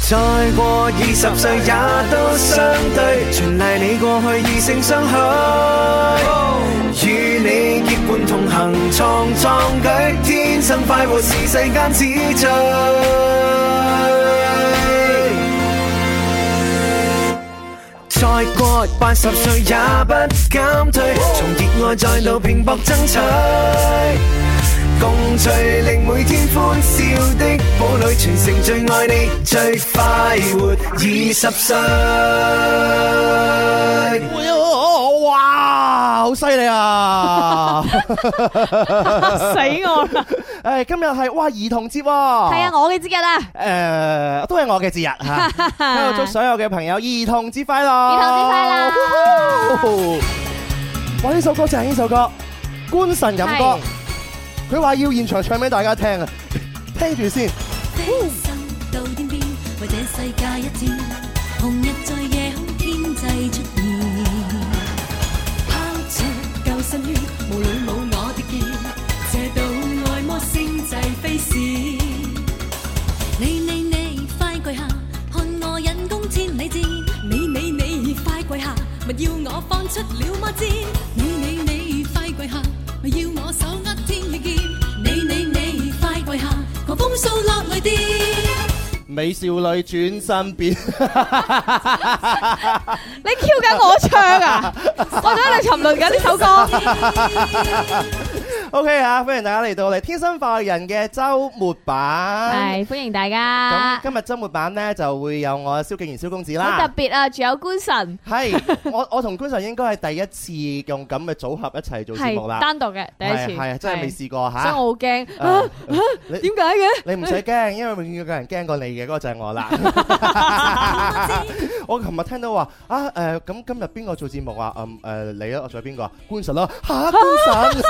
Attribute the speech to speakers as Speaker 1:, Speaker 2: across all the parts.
Speaker 1: 再過二十歲也都相對，全賴你過去異性相許，與你結伴同行創壯舉，天生快活是世間之最。再過八十歲也不減退，從熱愛再度拼搏爭取。共聚令每天歡笑的堡壘，全城最愛你，最快活二十歲。
Speaker 2: 哎哇，好犀利啊！
Speaker 3: 死我啦！
Speaker 2: 誒，哎今日係哇兒童節喎，係啊
Speaker 3: 係啊，我嘅節日啊，
Speaker 2: 誒，都係我嘅節日 嚇，喺度祝所有嘅朋友兒童節快樂！兒
Speaker 3: 童
Speaker 2: 節快樂！哇！呢首歌正係呢首歌，官神飲歌，佢話要現場唱俾大家聽啊，聽住先。
Speaker 4: 飛身到天邊，為這世界一戰，紅日在夜空天際出現，拋出救生圈，無女冇我的劍，斜到愛魔星際飛閃。你你你快跪下，看我引弓千里箭，你你你快跪下，勿要我放出了魔箭，你你你快跪下，勿要我手握天與劍，你你你快跪下，狂風掃落雷電。
Speaker 2: 美少女轉身變，
Speaker 3: 你 Q 緊我唱啊！我仲喺度沉淪緊呢首歌。
Speaker 2: OK 啊！歡迎大家嚟到我哋《天生快活人》嘅週末版。
Speaker 3: 係歡迎大
Speaker 2: 咁
Speaker 3: 家，
Speaker 2: 今日週末版呢，就會有我蕭敬元蕭公子啦。
Speaker 3: 啊好特別啊！仲有官神
Speaker 2: 係，我我同官神應該係第一次用咁嘅組合一齊做節目
Speaker 3: 係
Speaker 2: 啦。
Speaker 3: 單獨嘅第一次，
Speaker 2: 係啊，真係未試過
Speaker 3: 所以我
Speaker 2: 嚇。
Speaker 3: 好驚
Speaker 2: 啊
Speaker 3: 啊！
Speaker 2: 你
Speaker 3: 點解嘅？
Speaker 2: 你唔使驚，因為永遠有個人驚過你嘅，嗰個就係 我啦。我琴日聽到話啊誒，咁今日邊個做節目啊？嗯誒，你啊，我仲有邊個啊？官神咯 嚇，官神。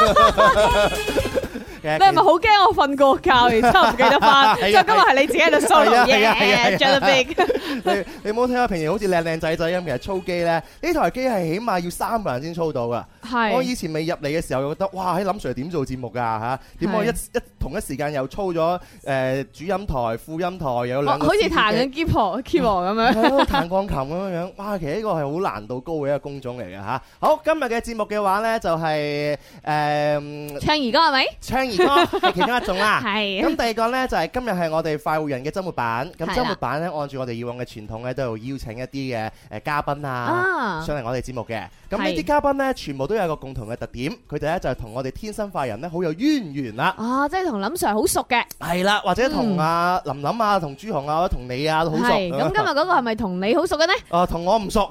Speaker 3: 你係 咪好驚我瞓過覺，然之後唔記得翻？即係今日係你自己喺度 solo
Speaker 2: 係啊係啊係
Speaker 3: 嘢，
Speaker 2: 啊
Speaker 3: 着得 big。
Speaker 2: 你你冇睇下平時好似靚靚仔仔咁，其實操機咧，呢台機係起碼要三個人先操到噶。我以
Speaker 3: 係
Speaker 2: 前未入嚟嘅時候，我覺得哇，喺林 Sir 點做節目㗎嚇？點
Speaker 3: 係
Speaker 2: 可以一一同一時間又操咗誒主音台、副音台，又有
Speaker 3: 我
Speaker 2: 兩個
Speaker 3: 好似
Speaker 2: CD 機
Speaker 3: 彈緊 keyboard keyboard 咁樣。
Speaker 2: 係咯彈鋼琴咁樣樣，哇！其實呢個係好難度高嘅一個工種嚟嘅嚇。好，今日嘅節目嘅話咧，就係嗯誒
Speaker 3: 唱兒歌係咪？
Speaker 2: 唱兒 歌係其中一種啦。
Speaker 3: 係
Speaker 2: 咁第二個呢，就係今日係我哋快活人嘅周末版，咁
Speaker 3: 係啦
Speaker 2: 周末版呢，按住我哋以往嘅傳統呢，都有邀請一啲嘅誒嘉賓啊。
Speaker 3: 啊，
Speaker 2: 上嚟我哋節目嘅，咁呢
Speaker 3: 係
Speaker 2: 啲嘉賓呢，全部都有一個共同嘅特點，佢哋呢就係同我哋天生快人呢好有淵源啦，
Speaker 3: 啊，即係同林 Sir 好熟嘅。
Speaker 2: 係啦，或者同阿林琳啊、同朱紅啊、或者同你啊都好熟。
Speaker 3: 係咁，今日嗰個係咪同你好熟 嘅呢？
Speaker 2: 啊，同我唔 熟，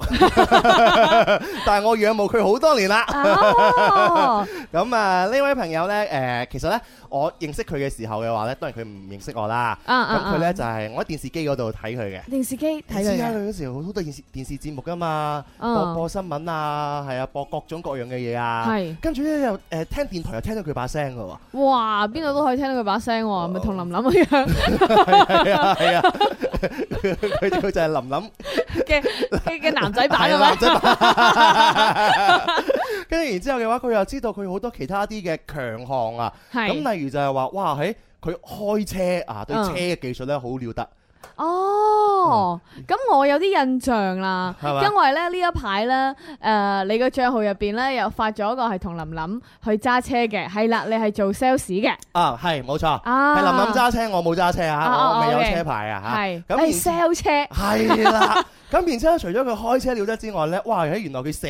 Speaker 2: 但係我仰慕佢好多年啦。
Speaker 3: 哦，
Speaker 2: 咁啊，呢位朋友呢，誒、其實呢，我認識佢嘅時候嘅話呢，當然佢唔認識我啦。
Speaker 3: 啊
Speaker 2: 咁
Speaker 3: 啊
Speaker 2: 佢呢，就係、我喺電視機嗰度睇佢嘅。
Speaker 3: 電視機睇
Speaker 2: 你知啦，
Speaker 3: 佢
Speaker 2: 佢嗰時好多電視電視節目噶嘛，
Speaker 3: 嗯
Speaker 2: 播播新聞啊，係啊，播各種各樣嘅嘢啊。
Speaker 3: 係
Speaker 2: 跟住呢，又誒、呃聽電台又聽到佢把聲噶喎。
Speaker 3: 嘅，哇，邊度都可以聽到佢把聲喎，咪同林琳一樣
Speaker 2: 係啊係啊， 佢佢佢就係林 琳
Speaker 3: 嘅嘅嘅男仔版
Speaker 2: 係
Speaker 3: 嘅
Speaker 2: 男
Speaker 3: 咩？
Speaker 2: 仔版。跟住然之後嘅話，佢又知道佢好多其他啲嘅強項啊。
Speaker 3: 係
Speaker 2: 咁例如就係話，哇，喺佢開車啊，對
Speaker 3: 嗯
Speaker 2: 車嘅技術咧好了得。
Speaker 3: 哦，咁我有啲印象啦，
Speaker 2: 係嘛
Speaker 3: 因為咧呢一排咧，誒你個帳號入邊咧又發咗一個係同林琳去揸車嘅，係啦，你係做 sales 嘅，
Speaker 2: 啊，係冇錯，
Speaker 3: 啊
Speaker 2: 係林林揸車，我冇揸車
Speaker 3: 啊啊
Speaker 2: 啊，我未有
Speaker 3: OK
Speaker 2: 車牌啊
Speaker 3: 係
Speaker 2: 嚇。咁然
Speaker 3: 你 sell 車，
Speaker 2: 係啦，咁然之後除咗佢開車了得之外咧，哇！喺原來佢射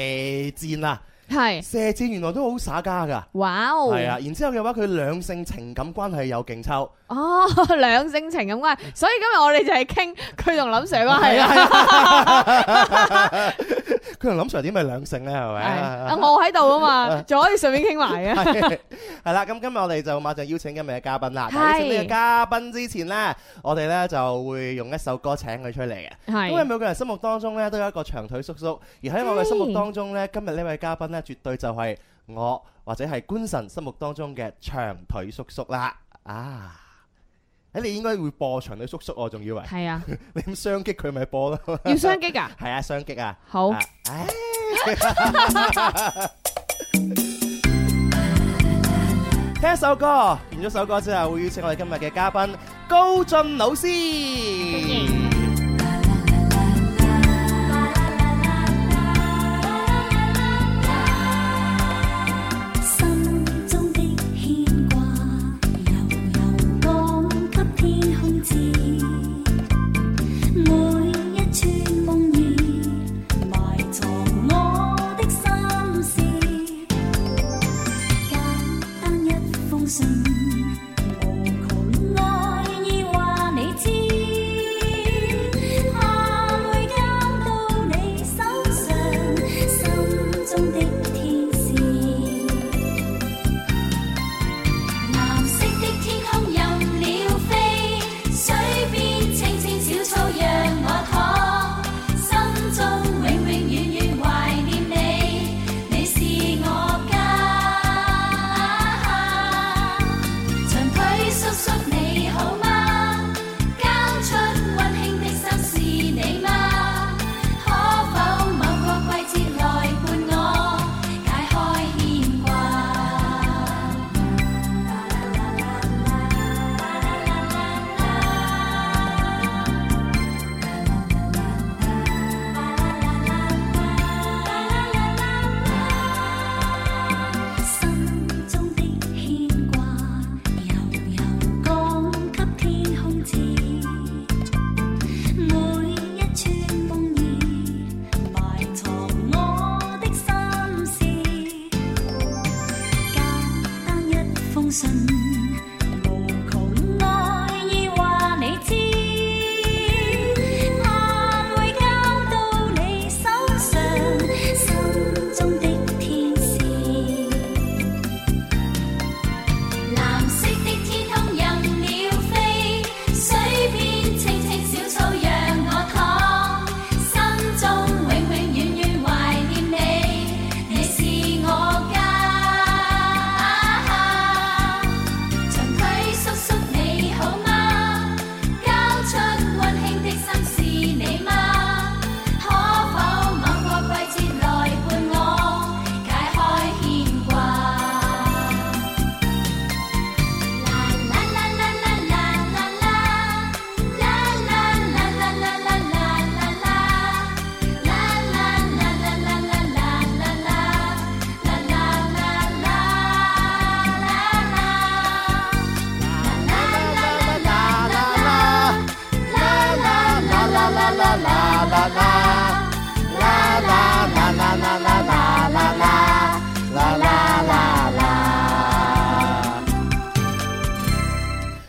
Speaker 2: 箭啊，
Speaker 3: 係，
Speaker 2: 射箭原來都好耍家㗎。
Speaker 3: 哇哦，
Speaker 2: 係啊，然之後嘅話，佢兩性情感關係有勁抽，
Speaker 3: 哦，兩性情咁關係，所以今日我哋就係傾佢同林 Sir 關係啦。
Speaker 2: 佢同林 Sir 點係兩性咧，係
Speaker 3: 係
Speaker 2: 咪
Speaker 3: 啊，
Speaker 2: 啊？
Speaker 3: 我喺度啊嘛，仲可以順便傾埋嘅。
Speaker 2: 係係啦，咁今日我哋就馬上邀請今日嘅嘉賓啦。但係邀請呢個嘉賓之前呢，我哋呢就會用一首歌請佢出嚟嘅。因為
Speaker 3: 係
Speaker 2: 每個人心目當中呢都有一個長腿叔叔，而喺我嘅心目當中呢，今日呢位嘉賓呢，絕對就係我或者係官神心目當中嘅長腿叔叔啦。啊！誒，你應該會播長腿叔叔，我仲以為
Speaker 3: 係啊，
Speaker 2: 你咁雙擊佢咪播咯。
Speaker 3: 要雙擊㗎。
Speaker 2: 係啊，雙擊啊！
Speaker 3: 好，
Speaker 2: 啊唉聽一首歌，完咗首歌之後，會邀請我哋今日嘅嘉賓高進老師。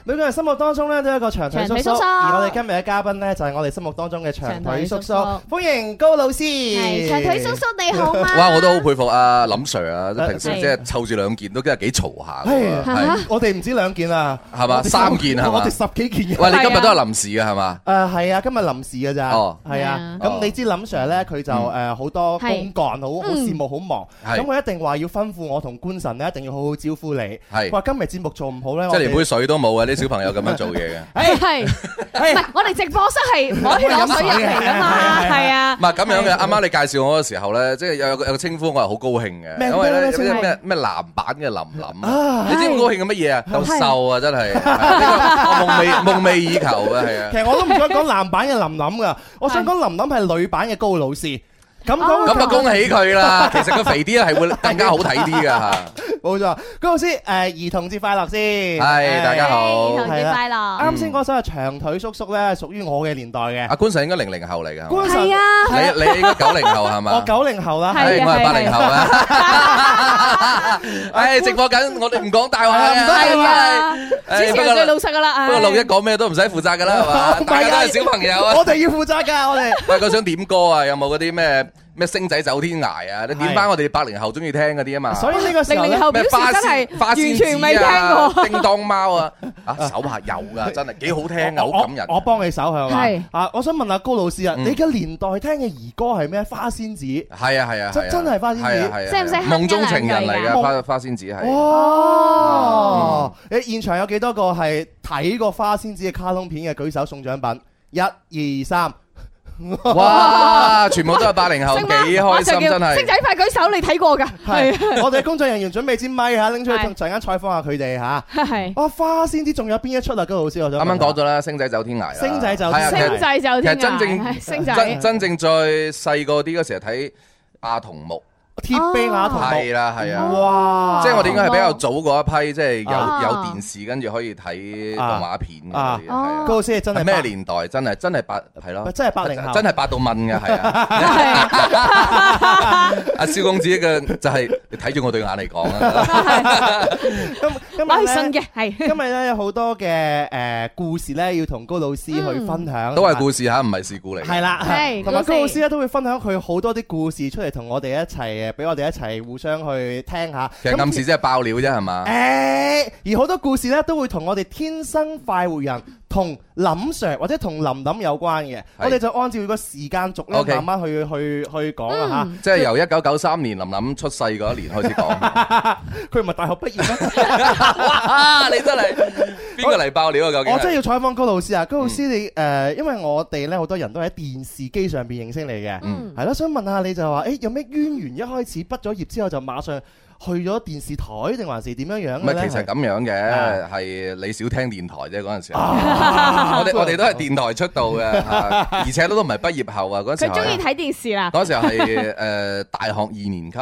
Speaker 2: 人心目當中咧都有一個長腿叔
Speaker 3: 長腿
Speaker 2: 叔，
Speaker 3: 叔叔
Speaker 2: 而我哋今日嘅嘉賓咧就係我哋心目當中嘅長腿叔叔
Speaker 3: 長腿，
Speaker 2: 歡迎高老
Speaker 3: 係
Speaker 2: 師。
Speaker 3: 長腿叔叔你好嗎？
Speaker 5: 哇！我都好佩服阿林 Sir 啊，平時
Speaker 3: 係
Speaker 5: 即係湊住兩件都真係幾嘈下
Speaker 2: 係
Speaker 5: 㗎喎，係
Speaker 2: 我哋唔止兩件啊，
Speaker 5: 係嘛
Speaker 2: 我哋
Speaker 5: 三件係嘛
Speaker 2: 我哋十幾件嘅。
Speaker 5: 喂，你今日都係臨時嘅係嘛？
Speaker 2: 誒係啊，今日臨時嘅咋，
Speaker 5: 哦
Speaker 2: 係啊
Speaker 3: 係啊。
Speaker 2: 咁你知林 Sir 咧，佢就誒好多公幹，好好
Speaker 3: 嗯
Speaker 2: 事務，好忙。
Speaker 5: 係
Speaker 2: 咁佢一定話要吩咐我同官神咧，一定要好好招呼你。
Speaker 5: 係
Speaker 2: 佢話今日節目做唔好咧，
Speaker 5: 即係連
Speaker 2: 我
Speaker 5: 杯
Speaker 2: 哋
Speaker 5: 水都冇啊！啲小朋友咁樣做嘢嘅。
Speaker 2: 誒
Speaker 3: 係，唔
Speaker 2: 誒
Speaker 3: 係我哋直播室係唔可以攞水入嚟噶嘛？
Speaker 2: 係係係
Speaker 3: 係啊
Speaker 5: 唔，係咁樣嘅，啱啱你介紹我嘅時候咧，即係有有個有個稱呼我係好高興嘅，
Speaker 2: 咩
Speaker 5: 因為咧
Speaker 2: 咩咩
Speaker 5: 有啲
Speaker 2: 咩
Speaker 5: 咩咩男版嘅林林啊，
Speaker 2: 啊！
Speaker 5: 你知唔高興嘅乜嘢啊？夠瘦啊，真係，呢個我夢寐夢寐以求啊，係啊
Speaker 2: 其。實我都唔想講男版嘅林 林噶，我想講林林係女版嘅高老師。咁講
Speaker 5: 咁啊，恭喜佢啦！其實佢肥啲係會更加好睇啲㗎嚇。
Speaker 2: 冇錯，高老師誒，兒童節快樂先。
Speaker 5: 係大家好
Speaker 3: 兒童節快樂，
Speaker 2: 啱先嗰首係長腿叔叔咧，屬於我嘅年代嘅。
Speaker 5: 阿官 Sir 應該零零後嚟㗎係嘛，
Speaker 2: 官神
Speaker 3: 係，啊，
Speaker 5: 你你應該九零後係嘛？
Speaker 2: 我九零後啦。
Speaker 5: 係
Speaker 3: 係啊
Speaker 5: 我係
Speaker 3: 係啊
Speaker 5: 八零後啊！ 唉，直播緊，我哋唔講大話
Speaker 2: 係啊唔講大
Speaker 5: 啊！
Speaker 3: 係啊，
Speaker 5: 唉
Speaker 3: 主持
Speaker 5: 不
Speaker 3: 人
Speaker 5: 過
Speaker 3: 最老實噶啦，
Speaker 5: 不過
Speaker 3: 唉
Speaker 5: 六一講咩都唔使負責 㗎啦，係嘛？大家都係小朋友啊！
Speaker 2: Oh 我哋要負責㗎，我哋。
Speaker 5: 喂，佢想點歌啊？有冇嗰啲咩咩星仔走天涯啊？你點翻
Speaker 2: 係
Speaker 5: 我哋八零後中意聽嗰啲啊嘛？
Speaker 2: 所以呢個時候
Speaker 3: 零
Speaker 2: 咧
Speaker 3: 零，後表
Speaker 5: 咩
Speaker 3: 示
Speaker 5: 花
Speaker 3: 真係
Speaker 5: 仙花
Speaker 3: 完
Speaker 5: 仙
Speaker 3: 全
Speaker 5: 子
Speaker 3: 未聽
Speaker 5: 啊
Speaker 3: 過，，
Speaker 5: 叮當貓啊，啊手下有㗎，真係幾好聽啊，好
Speaker 2: 我
Speaker 5: 感人。
Speaker 2: 我幫你手係
Speaker 3: 係
Speaker 2: 嘛？啊，我想問下高老師啊，
Speaker 5: 嗯
Speaker 2: 你嘅年代聽嘅兒歌係咩？花仙子。
Speaker 5: 係啊係啊，
Speaker 2: 真真係花仙子
Speaker 5: 係啊係啊
Speaker 3: 識唔識哼
Speaker 5: 夢中情人嚟
Speaker 3: 一
Speaker 2: 兩句
Speaker 5: 㗎，
Speaker 2: 㗎
Speaker 5: 花花仙子係。
Speaker 2: 哇！你現場有幾多個係睇過花仙子嘅卡通片嘅？舉手送獎品，一二三。
Speaker 5: 哇！全部都係八零後，
Speaker 3: 星
Speaker 5: 幾
Speaker 3: 媽
Speaker 5: 開心
Speaker 3: 馬上叫
Speaker 5: 真係
Speaker 3: 星。仔快舉手，你睇過㗎？
Speaker 2: 係
Speaker 3: 係，
Speaker 2: 我哋工作人員準備支咪嚇，拎出去
Speaker 3: 係
Speaker 2: 陣間採訪下佢哋嚇。
Speaker 3: 係
Speaker 2: 哇！花仙子仲有邊一出啊？高老師，我想
Speaker 5: 啱啱講
Speaker 2: 咗
Speaker 5: 咗啦，星仔走天涯啦。
Speaker 2: 星仔走
Speaker 5: 係啊
Speaker 2: 天涯
Speaker 5: 其
Speaker 3: 星
Speaker 5: 實
Speaker 3: 仔就
Speaker 5: 其實
Speaker 3: 天
Speaker 5: 真
Speaker 3: 涯，
Speaker 5: 正
Speaker 3: 星
Speaker 5: 真
Speaker 3: 仔。
Speaker 5: 真正最細個啲嗰時候睇阿童木，
Speaker 2: 鐵臂瓦同
Speaker 5: 係
Speaker 3: 哦
Speaker 5: 啦係啊。
Speaker 2: 哇！
Speaker 5: 即係我哋應該係比較早嗰一批，即係有
Speaker 3: 啊
Speaker 5: 有電視跟住可以睇動畫片嘅嗰啲，係
Speaker 3: 啊
Speaker 2: 高
Speaker 5: 啊
Speaker 2: 老師係真係
Speaker 5: 係咩
Speaker 2: 八
Speaker 5: 年代？真係真係八係咯，
Speaker 2: 真係八零後
Speaker 5: 真係八到問嘅係啊！
Speaker 3: 係
Speaker 5: 阿蕭公子嘅就係你睇住我對眼嚟講 啊，
Speaker 2: 今今
Speaker 3: 我
Speaker 2: 日
Speaker 3: 係
Speaker 2: 咧
Speaker 3: 信。嘅，係
Speaker 2: 今 日咧有好多嘅誒故事咧，要同高老師去分享，
Speaker 5: 都係故事嚇，唔係事故嚟。
Speaker 2: 係啦，
Speaker 3: 嗯係
Speaker 2: 同埋
Speaker 3: 高
Speaker 2: 高
Speaker 3: 老師
Speaker 2: 老師啊咧都會分享佢好多啲故事出嚟，同我哋一齊誒，俾我哋一齊互相去聽下。
Speaker 5: 其實
Speaker 2: 咁
Speaker 5: 暗示即係爆料啫係嘛？
Speaker 2: 誒，而好多故事咧都會同我哋天生快活人同林 Sir 或者同林林有關嘅，我哋就按照個時間軸咧
Speaker 5: OK
Speaker 2: 慢慢去去去講啦
Speaker 3: 嗯
Speaker 5: 即係由一九九三年林林出世嗰一年開始講。
Speaker 2: 嚇。佢唔係大學畢業啊咩？
Speaker 5: 哇！你真係邊個嚟爆料啊？究竟係？
Speaker 2: 我真係要採訪高老師啊！
Speaker 5: 嗯
Speaker 2: 高老師你誒、呃因為我哋咧好多人都喺電視機上邊認識你嘅，
Speaker 5: 嗯
Speaker 2: 係咯、想問下你就話，誒、有咩淵源？一開始畢咗業之後就馬上去咗電視台，定還是點樣樣
Speaker 5: 唔
Speaker 2: 嘅
Speaker 5: 係，
Speaker 2: 咧？
Speaker 5: 其實
Speaker 2: 係
Speaker 5: 咁樣嘅
Speaker 2: 啊，
Speaker 5: 係你少聽電台啫 嗰陣時。
Speaker 2: 啊
Speaker 5: 我哋我哋都係電台出道 嘅，嚇而且都唔係畢業後啊，嗰陣時
Speaker 3: 佢中意
Speaker 5: 係。
Speaker 3: 睇電視啦，
Speaker 5: 嗰時候係誒大學二年級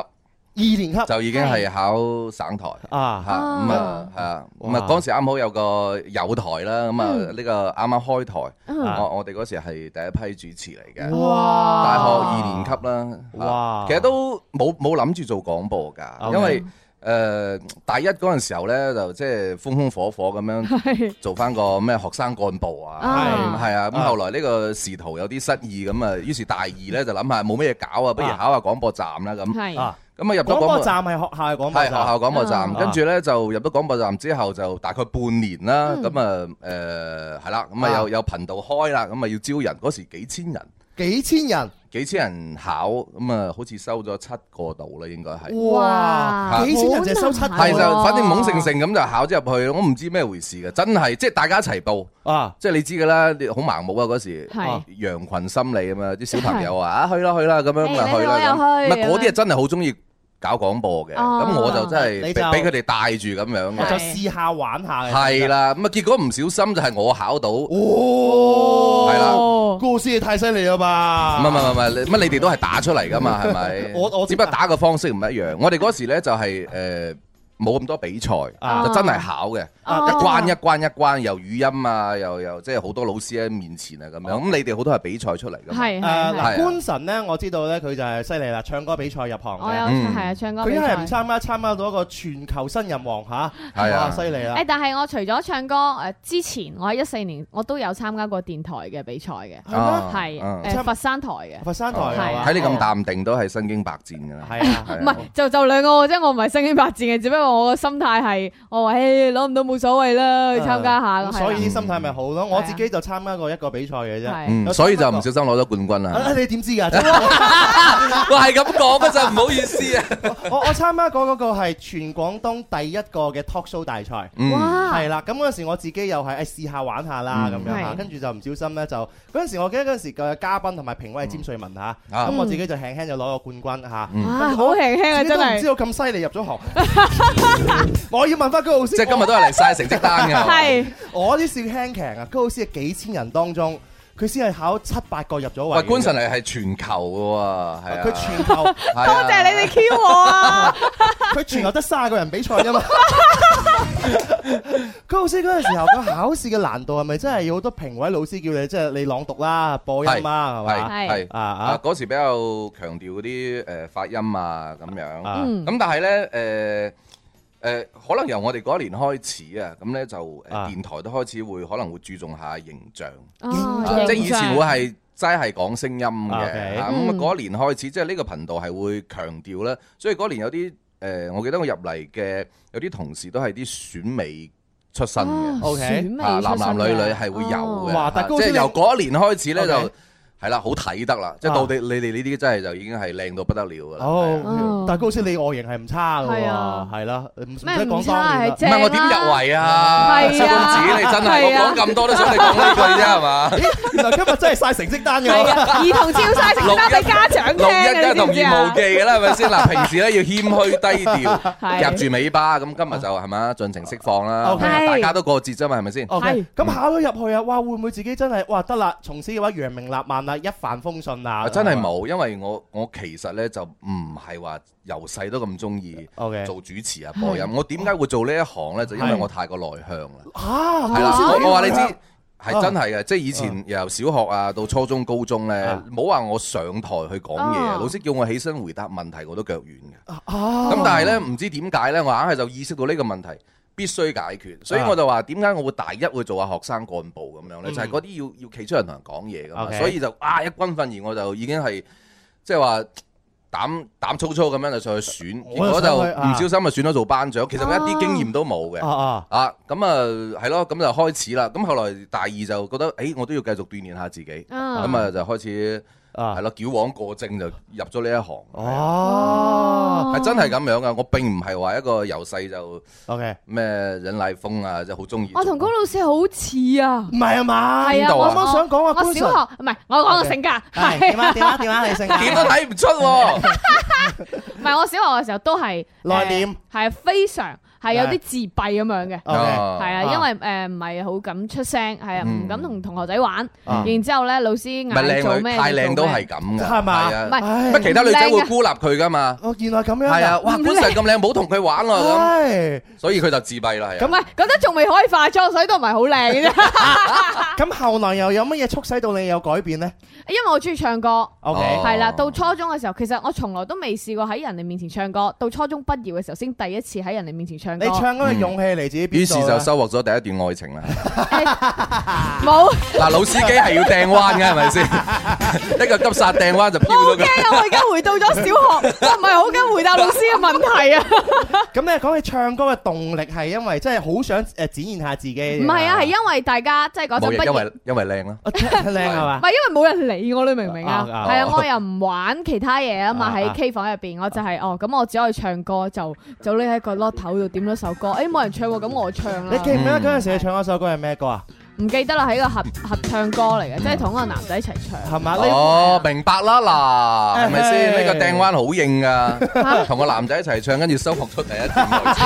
Speaker 2: 二年級
Speaker 5: 就已經係考省台嚇，
Speaker 2: 啊，
Speaker 5: 咁啊係啊，咁
Speaker 2: 哇
Speaker 5: 啊
Speaker 2: 嗯
Speaker 5: 嗰陣時啱好有個友台啦，咁啊呢個啱啱開台，
Speaker 3: 嗯
Speaker 5: 我我哋嗰時係第一批主持嚟嘅。
Speaker 3: 哇
Speaker 5: 啊大學二年級啦，
Speaker 2: 哇
Speaker 5: 啊其實都冇冇諗住做廣播㗎，
Speaker 2: OK
Speaker 5: 因為誒大一嗰陣時候咧，就即係風風火火 咁
Speaker 2: 嗯
Speaker 5: 樣
Speaker 3: 係
Speaker 5: 做翻個咩學生幹部啊，
Speaker 3: 啊
Speaker 5: 係啊，咁
Speaker 2: 啊
Speaker 5: 後來呢個仕途有啲失意咁啊，於是大二咧就諗下冇咩嘢搞啊，不如
Speaker 2: 啊
Speaker 5: 考下廣播站啦咁，咁
Speaker 3: 係
Speaker 5: 啊
Speaker 2: 啊
Speaker 5: 入咗
Speaker 2: 廣
Speaker 5: 廣
Speaker 2: 播
Speaker 5: 播
Speaker 2: 站係學校嘅廣播
Speaker 5: 係學
Speaker 2: 站，
Speaker 5: 校廣播站，
Speaker 3: 啊
Speaker 5: 跟住咧就入咗廣播站之後就大概半年啦，咁啊誒係啦，咁啊
Speaker 2: 啊
Speaker 5: 有有頻道開啦，咁啊要招人，嗰時幾千人。
Speaker 2: 幾千人，
Speaker 5: 幾千人考，咁啊，好似收咗七個度啦，應該係。
Speaker 2: 哇，
Speaker 3: 哇
Speaker 2: 幾千人就收七個啊
Speaker 3: 好難
Speaker 5: 啊係
Speaker 3: 喎
Speaker 5: 就反正懵盛盛咁就考咗入去，我唔知咩回事嘅，真係即係大家一齊報，
Speaker 2: 啊，
Speaker 5: 即係你知㗎啦，你好盲目啊嗰時
Speaker 3: 係，
Speaker 5: 羊群心理啊嘛，啲小朋友啊，啊去啦去啦咁樣咁啊
Speaker 3: 誒
Speaker 5: 去啦，
Speaker 3: 你同我
Speaker 5: 咁
Speaker 3: 又
Speaker 5: 唔
Speaker 3: 去
Speaker 5: 係嗰啲係真係好中意搞廣播嘅，
Speaker 3: 哦
Speaker 5: 咁我就真係
Speaker 2: 你
Speaker 5: 俾
Speaker 2: 就
Speaker 5: 俾佢哋帶住咁樣
Speaker 2: 我
Speaker 5: 嘅，
Speaker 2: 就試下玩下嘅，
Speaker 5: 係，啦，咁啊結果唔小心就係我考到，唔
Speaker 2: 哦，
Speaker 5: 係啦
Speaker 3: 哦
Speaker 2: 高老師你太犀利啊啦吧？？
Speaker 5: 係唔係唔係，你乜你哋都係打出嚟㗎嘛，係咪
Speaker 2: 我我
Speaker 5: 只不過打嘅方式唔一樣。我哋嗰時咧就係誒冇咁多比賽，
Speaker 2: 啊
Speaker 5: 就真係考嘅。
Speaker 3: 哦
Speaker 5: 一關一關一關，又語音啊，又又即係好多老師喺面前啊咁樣。
Speaker 2: 哦
Speaker 5: 咁你哋好多係比賽出嚟㗎嘛？
Speaker 3: 係係
Speaker 2: 誒
Speaker 3: 係
Speaker 2: 啊嗱，
Speaker 5: 係啊
Speaker 2: 官神咧，我知道咧，佢就係犀利啦，唱歌比賽入行
Speaker 3: 我
Speaker 2: 嘅。
Speaker 3: 有
Speaker 5: 嗯
Speaker 3: 係啊唱歌
Speaker 2: 佢一
Speaker 3: 比
Speaker 2: 係唔
Speaker 3: 賽。
Speaker 2: 參加，參加到一個全球新人王嚇，
Speaker 5: 係啊
Speaker 2: 哇犀利啦
Speaker 3: 誒，！但係我除咗唱歌誒之前，我喺一四年我都有參加過電台嘅比賽嘅，
Speaker 5: 啊
Speaker 3: 係
Speaker 5: 啊
Speaker 3: 誒佛山台嘅，
Speaker 2: 佛山台係啊嘛
Speaker 5: 睇你咁淡定都係身經百戰㗎啦。
Speaker 2: 係啊，
Speaker 5: 係啊
Speaker 3: 唔係就就兩個啫，我唔係身經百戰嘅，只不過我個心態係我話誒攞唔到冇所謂
Speaker 2: 啊
Speaker 3: 啦，去參加下
Speaker 2: 咁
Speaker 3: 咁。
Speaker 2: 嗯所以
Speaker 3: 係啊
Speaker 2: 心態咪好咯。我自己就參加過一個比賽嘅啫。
Speaker 3: 啦
Speaker 2: 啊
Speaker 3: 係
Speaker 5: 嗯，所以就唔小心攞咗冠軍啦。
Speaker 2: 啊你點知 㗎？
Speaker 5: 我係咁講嘅就唔好意思啊。
Speaker 2: 我我參加過嗰個係全廣東第一個嘅 talk show 大賽。
Speaker 5: 嗯，
Speaker 3: 哇
Speaker 2: 係啦，咁嗰陣時我自己又係誒試下玩下啦咁
Speaker 5: 嗯
Speaker 2: 樣嚇，
Speaker 3: 啊係
Speaker 2: 跟住就唔小心咧就嗰陣時我記得嗰陣時嘅嘉賓同埋評委係詹瑞文嚇，
Speaker 5: 啊
Speaker 2: 咁我自己就輕輕就攞個冠軍嚇，
Speaker 3: 啊好輕輕
Speaker 2: 自
Speaker 3: 啊
Speaker 2: 己
Speaker 3: 真
Speaker 2: 都唔知
Speaker 3: 係，
Speaker 2: 道咁犀利入 咗行。我要問翻高老師，
Speaker 5: 即係今日都係嚟晒成績單㗎。
Speaker 3: 係
Speaker 2: 我啲算輕騎啊，高老師係幾千人當中，佢先係考七八個入咗位。
Speaker 5: 喂，官神，嚟係全球嘅喎，係啊。
Speaker 2: 佢全球
Speaker 5: 多
Speaker 3: 多謝你哋 Q 我啊！
Speaker 2: 佢全球得卅個人比賽 啫嘛。高老師嗰陣時候，個考試嘅難度係咪真係有好多評委老師叫你即係你朗讀啦、播音啊啦，係
Speaker 5: 係
Speaker 2: 嘛？
Speaker 3: 係
Speaker 5: 係
Speaker 2: 啊
Speaker 5: 啊！
Speaker 2: 啊
Speaker 5: 嗰時比較強調嗰啲誒發音啊咁樣。
Speaker 2: 啊！
Speaker 3: 嗯
Speaker 5: 咁但係咧誒誒，可能由我哋嗰一年開始啊，咁咧就誒
Speaker 2: 啊
Speaker 5: 電台都開始會可能會注重下形象，
Speaker 3: 哦
Speaker 5: 啊即係以
Speaker 3: 形象
Speaker 5: 前會係。齋係講聲音
Speaker 2: 啊
Speaker 5: 嘅，
Speaker 2: ，OK
Speaker 5: 啊咁啊
Speaker 3: 嗯
Speaker 5: 嗰一年開始，即係呢個頻道係會強調啦，所以嗰年有啲誒、呃我記得我入嚟嘅有啲同事都係啲選美出身嘅。
Speaker 3: 哦
Speaker 2: OK
Speaker 3: 選美
Speaker 5: 啊，
Speaker 3: 出
Speaker 5: 男男
Speaker 3: 身
Speaker 5: 女女
Speaker 3: 嘅
Speaker 5: 係會有
Speaker 3: 哦
Speaker 5: 嘅，
Speaker 2: 哇
Speaker 5: 啊
Speaker 2: 但係高
Speaker 5: 即
Speaker 2: 先
Speaker 5: 係
Speaker 2: 你
Speaker 5: 由嗰一年開始咧
Speaker 2: OK
Speaker 5: 就係啦，好睇得啦，即係
Speaker 2: 啊
Speaker 5: 到底你哋呢啲真係就已經係靚到不得了噶啦。係啊
Speaker 2: 哦
Speaker 3: 哦，
Speaker 2: 但係高老師你外形係唔差嘅
Speaker 3: 係
Speaker 2: 喎
Speaker 3: 啊，
Speaker 2: 係啦，唔唔使
Speaker 3: 咩唔
Speaker 2: 講當
Speaker 3: 差
Speaker 2: 年
Speaker 3: 係
Speaker 2: 啦。
Speaker 5: 唔
Speaker 3: 正
Speaker 5: 係我點入
Speaker 3: 啦？
Speaker 5: 圍
Speaker 3: 係
Speaker 5: 啊？
Speaker 3: 啊
Speaker 5: 蕭公子你真係
Speaker 3: 係啊
Speaker 5: 我講咁多都想你講呢句啫 係嘛？
Speaker 2: 咦原來今日真係晒成績單嘅
Speaker 3: 係
Speaker 2: 喎。
Speaker 3: 啊，兒童照晒成家俾家長聽
Speaker 5: 六
Speaker 3: 嘅，
Speaker 5: 一梗
Speaker 3: 你
Speaker 5: 係
Speaker 3: 知
Speaker 5: 同
Speaker 3: 唔知
Speaker 5: 業無
Speaker 3: 啊
Speaker 5: 忌？㗎啦，係咪先？嗱，平時咧要謙虛低調，
Speaker 3: 係
Speaker 5: 夾住尾巴咁，今日就係咪啊？盡情釋放啦，
Speaker 2: 哦 OK 哦
Speaker 5: 大家都過節啫嘛，係咪先？
Speaker 2: OK，
Speaker 3: 係
Speaker 2: 咁考咗入去啊，哇，會唔會自己真係哇得啦？從此嘅話揚名立萬啦，一帆風順啦。
Speaker 5: 啊真係。冇，因為我我其實咧就唔係話由細都咁中意
Speaker 2: OK
Speaker 5: 做主持啊播音。我點解會做呢一行咧？就因為我太過內向啦。
Speaker 2: 啊，
Speaker 5: 係啦，我我話你知
Speaker 2: 啊
Speaker 5: 係真係嘅，即係以前由小學啊到初中、高中咧
Speaker 2: 啊，
Speaker 5: 冇話我上台去講嘢，啊
Speaker 3: 哦
Speaker 5: 老師叫我起身回答問題，我都腳軟嘅。
Speaker 2: 啊，
Speaker 5: 咁但係咧，唔知點解咧，我硬係就意識到呢個問題必須解決，所以
Speaker 2: 啊
Speaker 5: 我就話點解我會大一會做下學生幹部咁樣咧，
Speaker 2: 嗯
Speaker 5: 就係嗰啲要要企出嚟同人講嘢噶嘛，
Speaker 2: OK
Speaker 5: 所以就啊一軍訓而我就已經係即係話。膽膽粗粗咁樣就上去選，
Speaker 2: 我就上
Speaker 5: 結果就
Speaker 2: 去
Speaker 5: 唔
Speaker 2: 啊
Speaker 5: 小心就選咗做班長，其實我一啲經驗都冇嘅。
Speaker 2: 啊啊，
Speaker 5: 啊，咁啊係咯，咁就開始啦。咁後來大二就覺得，誒我都要繼續鍛鍊下自己，
Speaker 3: 啊
Speaker 5: 咁啊就開始
Speaker 2: 啊
Speaker 5: 係咯，矯枉過正就入咗呢一行。
Speaker 2: 哦
Speaker 5: 係真係咁樣噶，我並唔係話一個由細就
Speaker 2: ，OK，
Speaker 5: 咩忍奶風啊，即係好中意。
Speaker 3: 我同高老師好似啊，
Speaker 2: 唔係啊嘛，
Speaker 3: 係啊，
Speaker 5: 邊度
Speaker 3: 我
Speaker 5: 啊
Speaker 2: 我啱想講啊，
Speaker 3: 我小
Speaker 2: 官神
Speaker 3: 學唔係我講個性格，
Speaker 2: 係
Speaker 3: 係
Speaker 2: 點啊點啊 點啊，你性格
Speaker 5: 點都睇唔出喎，
Speaker 3: 唔係我小學嘅時候都係
Speaker 2: 內斂，
Speaker 3: 呃係非常係有啲自閉咁樣嘅。
Speaker 2: OK，
Speaker 5: 啊
Speaker 3: 係啊，因為誒唔係好敢出聲，係啊，
Speaker 5: 嗯
Speaker 3: 唔敢同同學仔玩。
Speaker 2: 啊
Speaker 3: 然之後咧，老師
Speaker 5: 唔係
Speaker 3: 嗌做
Speaker 5: 靚
Speaker 3: 咩
Speaker 5: 女
Speaker 3: 就
Speaker 5: 太靚
Speaker 3: 做
Speaker 5: 都
Speaker 3: 咩
Speaker 5: 係咁噶，
Speaker 2: 係嘛
Speaker 5: 係啊，
Speaker 3: 唔
Speaker 2: 唉
Speaker 5: 乜其他女仔
Speaker 3: 唔靚
Speaker 5: 會
Speaker 3: 嘅
Speaker 5: 孤立佢噶嘛？
Speaker 2: 哦，原來咁樣
Speaker 5: 係啊，哇！
Speaker 3: 唔
Speaker 5: 本神咁靚，冇同佢玩咯
Speaker 2: 唉，
Speaker 5: 咁，所以佢就自閉啦，係啊。
Speaker 3: 唔係覺得仲未可以化妝，所以都唔係好靚嘅 啫。
Speaker 2: 咁後來又有乜嘢促使到你有改變呢
Speaker 3: 因為我中意唱歌，
Speaker 5: 哦
Speaker 2: ？OK，
Speaker 3: 係啦。到初中嘅時候，其實我從來都未試過喺人哋面前唱歌。到初中畢業嘅時候，先第一次喺人哋面前唱歌
Speaker 2: 你。唱嗰個勇氣嚟自於
Speaker 5: Ừ. 於
Speaker 2: 邊
Speaker 5: 是
Speaker 2: 度呢
Speaker 5: 就收穫咗第一段愛情啦。
Speaker 3: 冇， 我
Speaker 5: 嗱，老司機係要掟彎嘅，係咪先？ 一個急剎掟彎就飄
Speaker 3: 好
Speaker 5: 咗
Speaker 3: 驚
Speaker 5: 佢。
Speaker 3: 啊！我而家回到咗小學， 我唔係好敢回答老師嘅問題啊。
Speaker 2: 咁你講起唱歌嘅動力係因為真係好想誒展現下自己。
Speaker 3: 唔係啊，係因為大家即係嗰
Speaker 5: 冇
Speaker 3: 陣畢
Speaker 5: 嘢，
Speaker 3: 業。
Speaker 5: 因為因為靚啦。
Speaker 2: 啊靚係
Speaker 3: 唔
Speaker 2: 嘛？
Speaker 3: 係因為冇人理我，你明唔明啊？
Speaker 2: 啊啊
Speaker 3: 係啊，我又唔玩其他嘢啊嘛，
Speaker 2: 啊
Speaker 3: 喺
Speaker 2: 啊
Speaker 3: K 房入邊，我就係哦，咁我只可以唱歌，就就匿喺個 l 頭度點咗首歌，誒冇人唱過，咁我唱
Speaker 2: 你
Speaker 3: 啦
Speaker 2: 記，唔記得嗰陣時你唱嗰首歌係咩歌啊？
Speaker 3: 唔記得啦，係一個合合唱歌嚟
Speaker 2: 嗯
Speaker 3: 嘅，即係同一個男仔一齊唱，
Speaker 2: 係嘛？你
Speaker 5: 哦，明白啦，嗱，係咪
Speaker 2: 唉
Speaker 5: 先？呢個掟彎好硬噶，同個男仔一齊唱，跟住收穫出第一段愛情，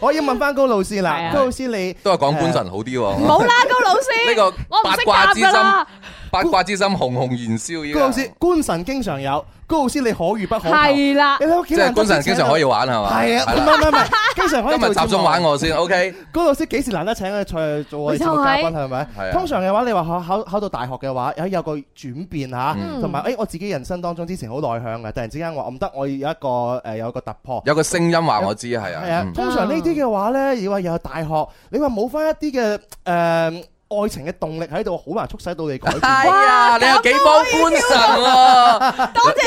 Speaker 2: 我要問翻高老師
Speaker 3: 係
Speaker 2: 啦，
Speaker 3: 啊
Speaker 2: 高老師你
Speaker 5: 都係講官神好啲喎。
Speaker 3: 唔好啦，高老
Speaker 5: 呢
Speaker 3: 師，
Speaker 5: 個
Speaker 3: 我唔
Speaker 5: 八
Speaker 3: 識
Speaker 5: 卦
Speaker 3: 答
Speaker 5: 之
Speaker 3: 噶
Speaker 5: 心，
Speaker 3: 啦，
Speaker 5: 八卦之心熊熊燃燒依
Speaker 2: 高老
Speaker 5: 家，
Speaker 2: 師
Speaker 5: 即
Speaker 2: 官神經常有，高老師你可遇不可求。
Speaker 3: 係啦
Speaker 2: 你，睇
Speaker 5: 係官神經常可以玩係嘛？
Speaker 2: 係啊，唔
Speaker 5: 係
Speaker 2: 係
Speaker 5: 啦
Speaker 2: 唔係唔係，經 常可以
Speaker 5: 今日集中玩
Speaker 2: 我。
Speaker 5: 我先，OK？
Speaker 2: 高老師幾時難得請佢出去做我哋節目嘉賓係咪
Speaker 5: 係？啊
Speaker 2: 通常嘅話，你話考考考到大學嘅話，有有個轉變嚇，
Speaker 5: 嗯
Speaker 2: 同埋哎誒我自己人生當中之前好內向嘅，突然之間我唔得，我要有一個誒有一個突破。
Speaker 5: 有個聲音話我知係
Speaker 2: 係
Speaker 5: 啊
Speaker 2: 啊，，通常呢啲嘅話呢，你話又有大學，你話冇翻一啲嘅誒愛情嘅動力喺度，好難促使到你改變。
Speaker 5: 哎呀，你有幾幫官神喎？
Speaker 3: 多謝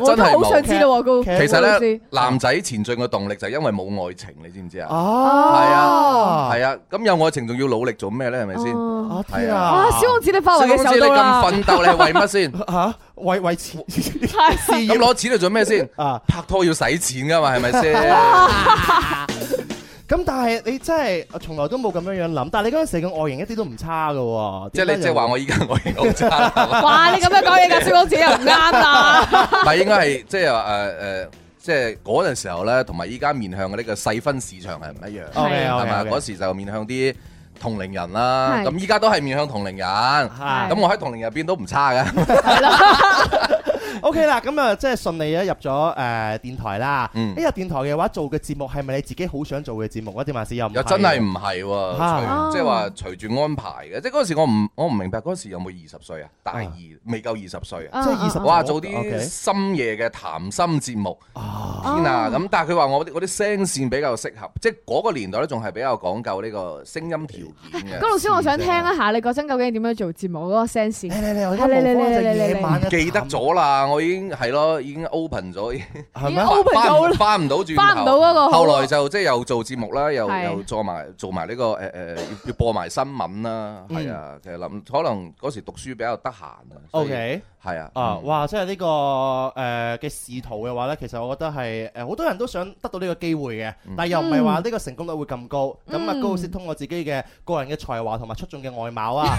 Speaker 3: 蕭啊公子，我
Speaker 5: 真
Speaker 3: 都
Speaker 5: 係冇
Speaker 3: 好想知道喎，啊高
Speaker 2: 其
Speaker 5: 其實
Speaker 3: 高老
Speaker 5: 咧
Speaker 3: 師，
Speaker 5: 男仔前進嘅動力就係因為冇愛情，你知唔知啊？
Speaker 2: 啊，
Speaker 5: 係啊，咁有愛情仲要努力做咩咧？係咪先？
Speaker 3: 哦
Speaker 2: 啊天啊！
Speaker 3: 哇，蕭公子你發圍
Speaker 5: 小
Speaker 3: 嘅
Speaker 5: 公
Speaker 3: 時
Speaker 5: 子
Speaker 3: 候
Speaker 5: 你
Speaker 3: 到啦
Speaker 5: 咁，奮鬥，你係為乜先？
Speaker 2: 吓為為錢
Speaker 3: 係
Speaker 5: 咁攞錢嚟做咩先？
Speaker 2: 啊！
Speaker 5: 拍拖要使錢噶嘛，係咪 先？
Speaker 2: 咁但係你真係從來都冇咁樣樣諗，但係你嗰陣時嘅外形一啲都唔差噶喎。
Speaker 5: 即係你即係話
Speaker 2: 我
Speaker 5: 我依家我形好差 啦，係 嘛
Speaker 3: 哇！你咁樣講嘢㗎，蕭公子又唔啱 啦。
Speaker 5: 唔係應該係即係話誒誒，即係嗰陣時候咧，同埋依家面向嘅呢個細分市場係唔一樣，
Speaker 2: OK
Speaker 5: 係
Speaker 2: 哦 OK
Speaker 5: 嘛？
Speaker 2: OK
Speaker 5: 嗰時就面向啲同齡人啦，
Speaker 3: 係
Speaker 5: 咁依家都係面向同齡人。
Speaker 3: 啊
Speaker 2: 係
Speaker 5: 咁我喺同齡入邊都唔差嘅，
Speaker 2: OK 啦，咁啊即係順利啊入咗誒電台啦。
Speaker 5: 嗯
Speaker 2: 一入電台嘅話，做嘅節目係咪你自己好想做嘅節目啊？定還是又唔
Speaker 5: 又真係唔係喎，
Speaker 2: 啊
Speaker 5: 隨即係話隨住安排嘅，即係嗰時我唔我唔明白嗰時有冇二十歲啊，大二未夠二十歲啊，
Speaker 2: 即係二十
Speaker 5: 哇做
Speaker 2: 哦 OK
Speaker 5: 啲深夜嘅談心節目，
Speaker 2: 啊？
Speaker 5: 天啊！咁但係佢話我啲我啲聲線比較適合，即係嗰個年代咧仲係比較講究呢個聲音條 件
Speaker 3: 高老
Speaker 5: 嘅。
Speaker 3: 師，我想聽一下你嗰陣究竟點樣做節目嗰個聲
Speaker 2: 嚟
Speaker 3: 線，
Speaker 2: 嚟嚟，我而家模
Speaker 3: 嚟嚟
Speaker 2: 仿
Speaker 3: 嚟
Speaker 2: 就
Speaker 3: 嚟嚟
Speaker 2: 夜晚嘅
Speaker 5: 記得
Speaker 2: 談
Speaker 5: 咗啦，我已經係咯，已經 open 咗，已經
Speaker 2: 係
Speaker 3: 已
Speaker 2: 咪
Speaker 3: 經
Speaker 2: 啊？
Speaker 3: open
Speaker 5: 翻
Speaker 3: 咗
Speaker 5: 唔
Speaker 3: 啦
Speaker 5: 翻唔到轉頭。
Speaker 3: 翻唔到嗰個好啊
Speaker 5: 後來就即係又做節目啦，又
Speaker 3: 係
Speaker 5: 又做埋做埋呢個誒誒，要要播埋新聞啦，
Speaker 3: 嗯
Speaker 5: 係啊。其實諗可能嗰時讀書比較得閒啊。所以
Speaker 2: OK
Speaker 5: 係啊。
Speaker 2: 啊！
Speaker 5: 嗯
Speaker 2: 哇！即係呢個誒嘅仕途嘅話呢，其實我覺得係呃誒好多人都想得到呢個機會嘅，
Speaker 5: 嗯
Speaker 2: 但係又唔係話呢個成功率會咁高。咁啊，
Speaker 3: 嗯
Speaker 2: 高先通過自己嘅個人嘅才華同埋出眾嘅外貌 啊，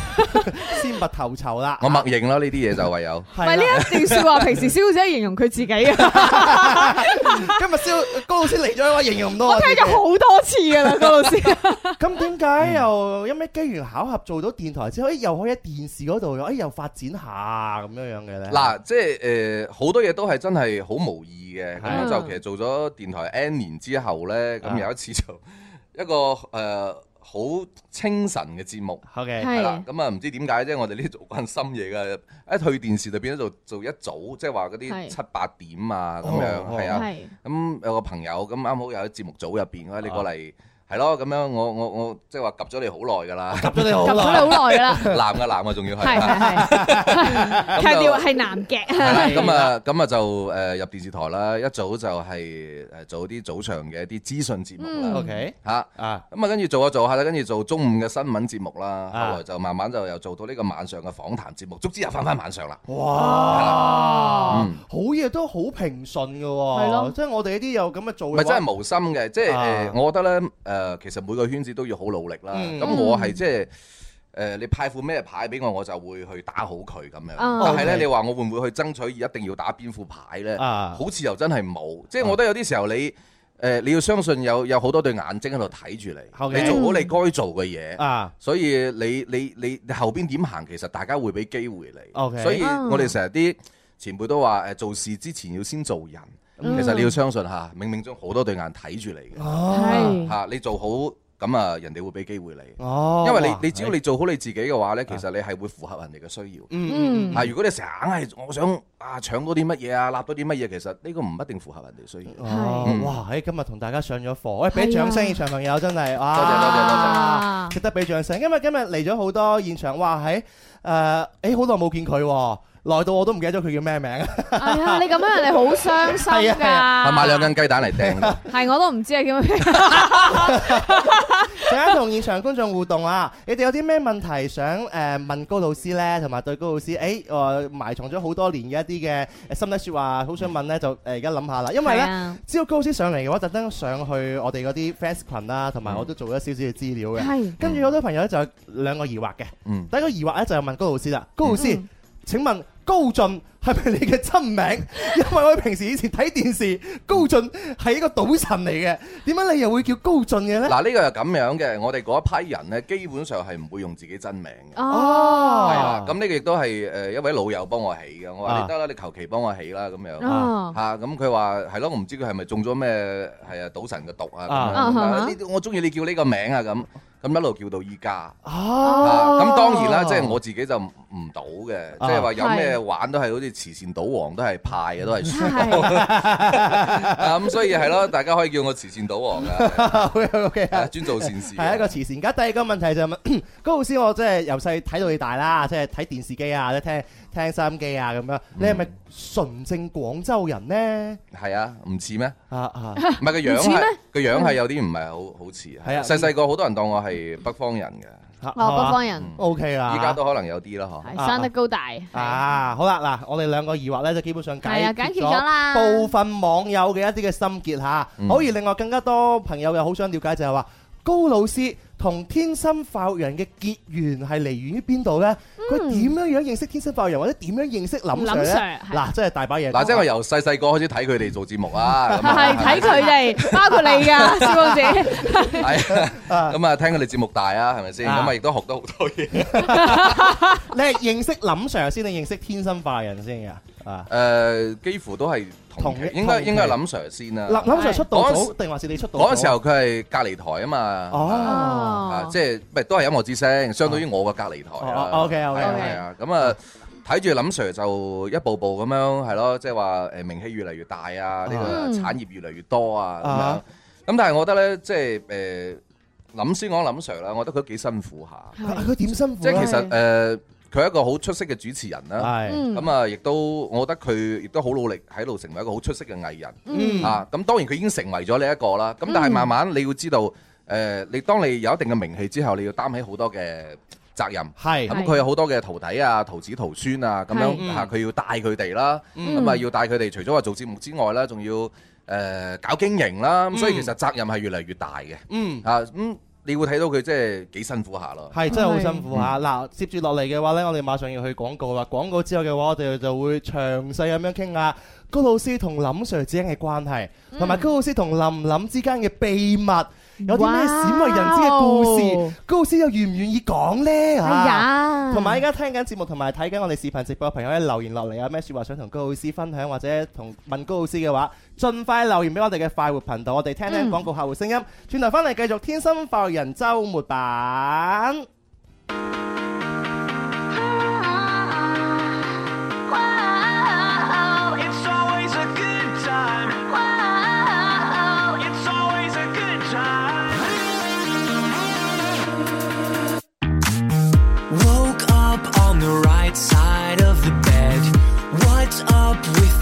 Speaker 2: 先拔頭籌啦。
Speaker 5: 我默認啦，呢啲嘢就唯有。
Speaker 3: 唔係
Speaker 2: 係啦，
Speaker 3: 呢一段説話，平時蕭公子係形容佢自己啊嘅，
Speaker 2: 今日蕭高老師嚟咗，我形容唔到
Speaker 3: 我
Speaker 2: 我
Speaker 3: 聽
Speaker 2: 自己
Speaker 3: 咗好多次㗎啦，高老師。
Speaker 2: 咁點
Speaker 5: 嗯
Speaker 2: 解又因咩機緣巧合做到電台之後，誒又可以喺電視嗰度，誒又發展下咁樣樣嘅咧？
Speaker 5: 嗱，即係誒好多嘢都係真係好無意嘅，咁
Speaker 3: 係
Speaker 5: 就其實做咗電台 N 年之後呢，
Speaker 2: 啊
Speaker 5: 咁有一次就 一個誒好清晨嘅節目。
Speaker 2: ，OK，
Speaker 3: 係
Speaker 5: 係啦，咁啊唔知點解啫，我哋呢度做慣深夜嘅，一去電視就變咗做做一早，即係話
Speaker 3: 係
Speaker 5: 嗰啲七八點啊咁
Speaker 2: 哦哦
Speaker 5: 樣，係啊。
Speaker 3: 係
Speaker 5: 咁有個朋友咁啱好又喺節目組入邊，佢話你過嚟係咯，咁樣我我我即係話及咗你好耐㗎啦，
Speaker 2: 及咗你好
Speaker 3: 及咗
Speaker 2: 耐，
Speaker 3: 你好耐㗎啦，
Speaker 5: 男嘅男嘅仲要
Speaker 3: 係
Speaker 5: 係。
Speaker 3: 係係，
Speaker 5: 咁就
Speaker 3: 強調係男 嘅。
Speaker 5: 係啦，咁啊，咁啊就誒入電視台啦，一早就係呃誒做啲早上嘅一啲資訊節目啦，
Speaker 2: OK
Speaker 5: 嚇
Speaker 2: 啊，
Speaker 5: 咁啊，跟住做下做下啦，跟住做中午嘅新聞節目啦，
Speaker 2: 啊
Speaker 5: 後來就慢慢就又做到呢個晚上嘅訪談節目，足之又翻翻晚上啦。
Speaker 2: 哇
Speaker 5: 嗯，
Speaker 2: 好嘢都好平順嘅
Speaker 3: 係
Speaker 2: 喎，
Speaker 3: 咯
Speaker 2: 即係我哋呢啲有咁嘅做嘅
Speaker 5: 唔
Speaker 2: 話，
Speaker 5: 係真係無心嘅，即係誒、
Speaker 2: 啊
Speaker 5: 我覺得咧誒、其實每個圈子都要好努力啦。
Speaker 2: 嗯
Speaker 5: 咁、我係即係誒，你派副咩牌俾我，我就會去打好佢咁樣。
Speaker 3: 啊
Speaker 5: 但係
Speaker 2: 哦
Speaker 5: 咧，
Speaker 2: OK
Speaker 5: 你話我會唔會去爭取一定要打邊副牌咧？
Speaker 2: 啊哦
Speaker 5: 好似又真係冇。即係我覺得有啲時候你誒、你要相信有有好多對眼睛喺度睇住你
Speaker 2: OK
Speaker 5: 你做好你該做嘅嘢。
Speaker 2: 啊，
Speaker 5: 所以你你你你後邊點行，其實大家會俾機會你。
Speaker 2: OK
Speaker 5: 所以
Speaker 3: 啊
Speaker 5: 我哋成日啲前輩都話誒，做事之前要先做人。
Speaker 3: 嗯
Speaker 5: 其實你要相信嚇，冥冥中好多對眼睇住你嘅
Speaker 2: 哦，
Speaker 3: 係
Speaker 5: 嚇，你做好咁啊，人哋會俾機會你。
Speaker 2: 哦，
Speaker 5: 因為你
Speaker 2: 哇啊
Speaker 5: 你只要你做好你自己嘅話呢，其實你係會符合人哋嘅需要。
Speaker 3: 嗯，
Speaker 5: 啊！如果你成日硬係我想啊搶到啲乜嘢啊，立到啲乜嘢，其實呢個唔一定符合人哋需
Speaker 3: 嗯
Speaker 5: 要。
Speaker 2: 哦
Speaker 5: 係
Speaker 2: 哇！喺今日同大家上咗課，喂，
Speaker 3: 係
Speaker 2: 俾
Speaker 3: 啊
Speaker 2: 掌聲現場朋友真係，哇！
Speaker 5: 多謝多謝多
Speaker 3: 謝
Speaker 2: 值得俾掌聲。因為今日嚟咗好多現場，哇！喺誒，誒好耐冇見佢喎，來到我都唔記得咗佢叫咩名。
Speaker 3: 係啊，你咁樣人哋好傷心㗎。
Speaker 2: 係啊
Speaker 5: 係買兩斤雞蛋 嚟掟，
Speaker 3: 係我都唔知係點樣。
Speaker 2: 陣間同現場觀眾互動啊！你哋有啲咩問題想誒問高老師呢？同埋對高老師，誒誒埋藏咗好多年嘅一啲嘅呃心底説話，好想問呢，就誒呃而家諗下啦。因為
Speaker 3: 係
Speaker 2: 呢，
Speaker 3: 啊，
Speaker 2: 只要高老師上嚟嘅話，特登上去我哋嗰啲 fans 群啦，同埋我都做咗少少嘅資料嘅。
Speaker 3: 係
Speaker 2: 跟住好多朋友咧就有兩個疑惑嘅，
Speaker 5: 嗯
Speaker 2: 第一個疑惑咧就係問高老師啦，高老師
Speaker 3: 嗯，
Speaker 2: 請問高進係係咪你嘅真名？ 因為我哋平時以前睇電視，高進係一個賭神嚟嘅，點解你又會叫高進嘅呢？
Speaker 5: 嗱，呢個又咁樣嘅，我哋嗰一批人咧，基本上係唔會用自己真名嘅。哦係
Speaker 2: 哦，
Speaker 5: 啦咁呢個亦都係誒一位老友幫我起嘅，我話
Speaker 2: 啊
Speaker 5: 你得啦，你求其幫我起啦咁樣。
Speaker 3: 哦，
Speaker 5: 嚇咁佢話係咯，我唔知佢係咪中咗咩係啊賭神嘅毒啊
Speaker 2: 啊
Speaker 5: 咁樣咁
Speaker 3: 啊
Speaker 5: 啊
Speaker 3: 哈
Speaker 5: 呢啲，我中意你叫呢個名啊咁，咁一路叫到依家。啊
Speaker 2: 哦，
Speaker 5: 咁當然啦，即係我自己就唔唔賭嘅，即係話有咩
Speaker 3: 係
Speaker 5: 玩都係好似慈善賭王都係派嘅，都係 輸。
Speaker 3: 係
Speaker 5: 啊咁所以係咯，大家可以叫我慈善賭王啊，
Speaker 2: 我 OK 啊
Speaker 5: 係。專做善 事。
Speaker 2: 係一個慈善家。第二個問題就係問 高老師，我真係由細睇到你大啦，即係睇電視機啊，或者聽聽收音機啊咁
Speaker 5: 嗯
Speaker 2: 樣。你係咪純正廣州人呢？
Speaker 5: 係啊，唔似咩？
Speaker 2: 啊啊，
Speaker 5: 唔係個樣
Speaker 3: 唔似
Speaker 5: 係
Speaker 3: 咩
Speaker 5: 個樣係有啲唔係好好似。
Speaker 2: 係啊
Speaker 5: 細細個好多人當我係北方人嘅，
Speaker 2: 嚇
Speaker 3: 哦，北方人，
Speaker 2: O K 啦，
Speaker 5: 依家都可能有啲啦嗬。
Speaker 3: 係生得高大，係
Speaker 2: 嗯啊，好啦，嗱，我哋兩個疑惑咧就基本上解
Speaker 3: 係啊解決咗啦
Speaker 2: 部分網友嘅一啲嘅心結嚇。
Speaker 5: 嗯
Speaker 2: 好，而另外更加多朋友又好想了解就係話，高老師同天生發育人嘅結緣係嚟源於邊度呢？佢點樣樣認識天生發育人，或者點樣認識林
Speaker 3: 嗯林
Speaker 2: Sir 呢
Speaker 3: Sir，係
Speaker 2: 嗱，真係大把嘢講。啊
Speaker 5: 嗱，即係我由細細個開始睇佢哋做節目啊， 咁啊
Speaker 3: 係睇佢哋，包括你噶，小公姐。
Speaker 5: 係
Speaker 2: 啊
Speaker 5: 咁啊，聽佢哋節目大啊，係咪先？
Speaker 2: 啊
Speaker 5: 咁啊，亦都學到好多嘢。
Speaker 2: 你係認識林 Sir 先定認識天生化人先嘅？啊，
Speaker 5: 誒，幾乎都係同
Speaker 2: 同
Speaker 5: 期
Speaker 2: 一，
Speaker 5: 應該
Speaker 2: 同期
Speaker 5: 應該係林 Sir 先啦。
Speaker 2: 林林 Sir 出道
Speaker 5: 嗰
Speaker 2: 早
Speaker 5: 時
Speaker 2: 定還是你出道早？
Speaker 5: 嗰陣時候佢係隔離台啊嘛，
Speaker 2: 哦，
Speaker 5: 啊，
Speaker 3: 哦
Speaker 5: 即，係唔係都係音樂之聲，相當於我嘅隔離台
Speaker 2: 哦
Speaker 5: 啦。
Speaker 2: 哦，OK，OK，
Speaker 5: 係啊
Speaker 3: OK
Speaker 5: 係啊，咁啊。睇住林 Sir 就一步步咁樣係咯，即係話誒名氣越嚟越大啊，呢個
Speaker 3: 嗯
Speaker 5: 產業越嚟越多啊
Speaker 2: 啊
Speaker 5: 咁樣。咁但係我覺得咧，即係誒諗先講林 Ir 啦，我覺得佢都幾辛苦下。
Speaker 2: 佢佢點啊辛苦
Speaker 5: 即係其
Speaker 2: 咧？
Speaker 5: 實誒，呃佢係一個好出色嘅主持人啦。
Speaker 2: 係
Speaker 3: 嗯
Speaker 5: 咁啊，亦都我覺得佢亦都好努力喺度成為一個好出色嘅藝人。
Speaker 2: 嗯
Speaker 5: 啊，咁當然佢已經成為咗呢一個啦。咁但係慢慢你要知道，誒，你當你有一定嘅名氣之後，你要擔起好多嘅責任。
Speaker 2: 係嗯
Speaker 5: 咁佢有好多嘅徒弟啊、徒子徒孫啊，咁
Speaker 3: 係
Speaker 5: 樣嚇佢要帶佢哋啦，
Speaker 3: 嗯
Speaker 5: 咁啊要帶佢哋，除咗話做節目之外啦，仲要誒搞經營啦，咁所以其實責任係越嚟越大嘅
Speaker 2: 嗯。
Speaker 5: 啊。咁你會睇到佢即係幾辛苦下咯。
Speaker 2: 係真係好辛苦嚇！嗱，接住落嚟嘅話呢，我哋馬上要去廣告啦。廣告之後嘅話，我哋就會詳細咁樣傾下高老師同林 Sir 之間嘅關係，
Speaker 3: 嗯
Speaker 2: 同埋高老師同林林之間嘅秘密，有啲咩鮮為人知嘅故
Speaker 3: 哇哦
Speaker 2: 事，高老師又願唔願意講呢？嚇
Speaker 3: 哎呀，
Speaker 2: 同埋依家聽緊節目同埋睇緊我哋視頻直播嘅朋友咧，留言落嚟有咩説話想同高老師分享，或者同問高老師嘅話，盡快留言俾我哋嘅快活頻道，我哋聽
Speaker 3: 嗯
Speaker 2: 聽廣告客户聲音。轉頭翻嚟繼續《天生快活人》週末版。
Speaker 1: It's always a good time. It's always a good time.
Speaker 6: Woke up on the right side of the bed. What's up with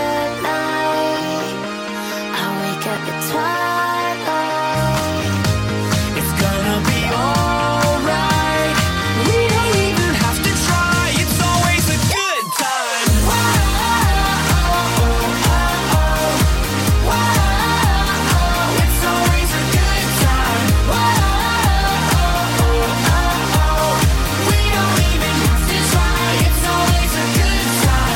Speaker 7: night. I wake up at twilight.
Speaker 6: It's gonna be alright. We don't even have to try. It's always a good time. It's always a good time. We don't even have to try. It's always a good time.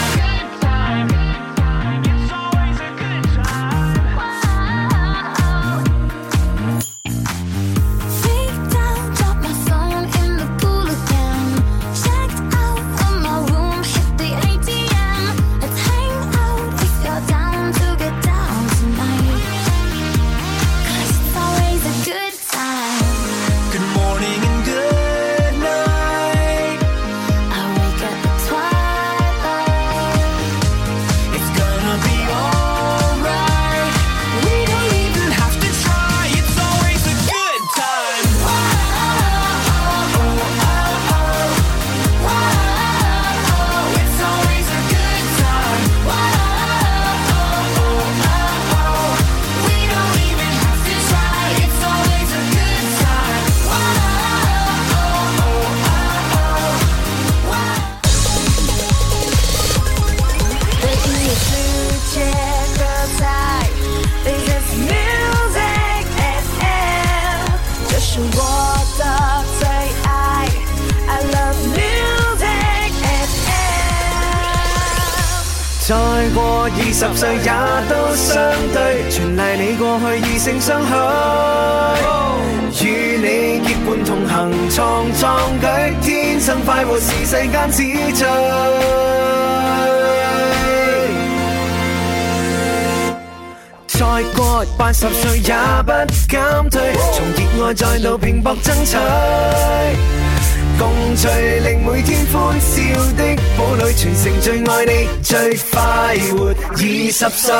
Speaker 7: 音乐世界的彩，This is music FM，这是我的最爱，I love music FM。
Speaker 1: 再過二十歲也都相對，全賴你過去異性相許，與你結伴同行創壯舉，天生快活是世間之最。再過八十歲也不減退，從熱愛再度拼搏爭取。共聚令每天歡笑的堡壘，全城最愛你，最快活二十歲。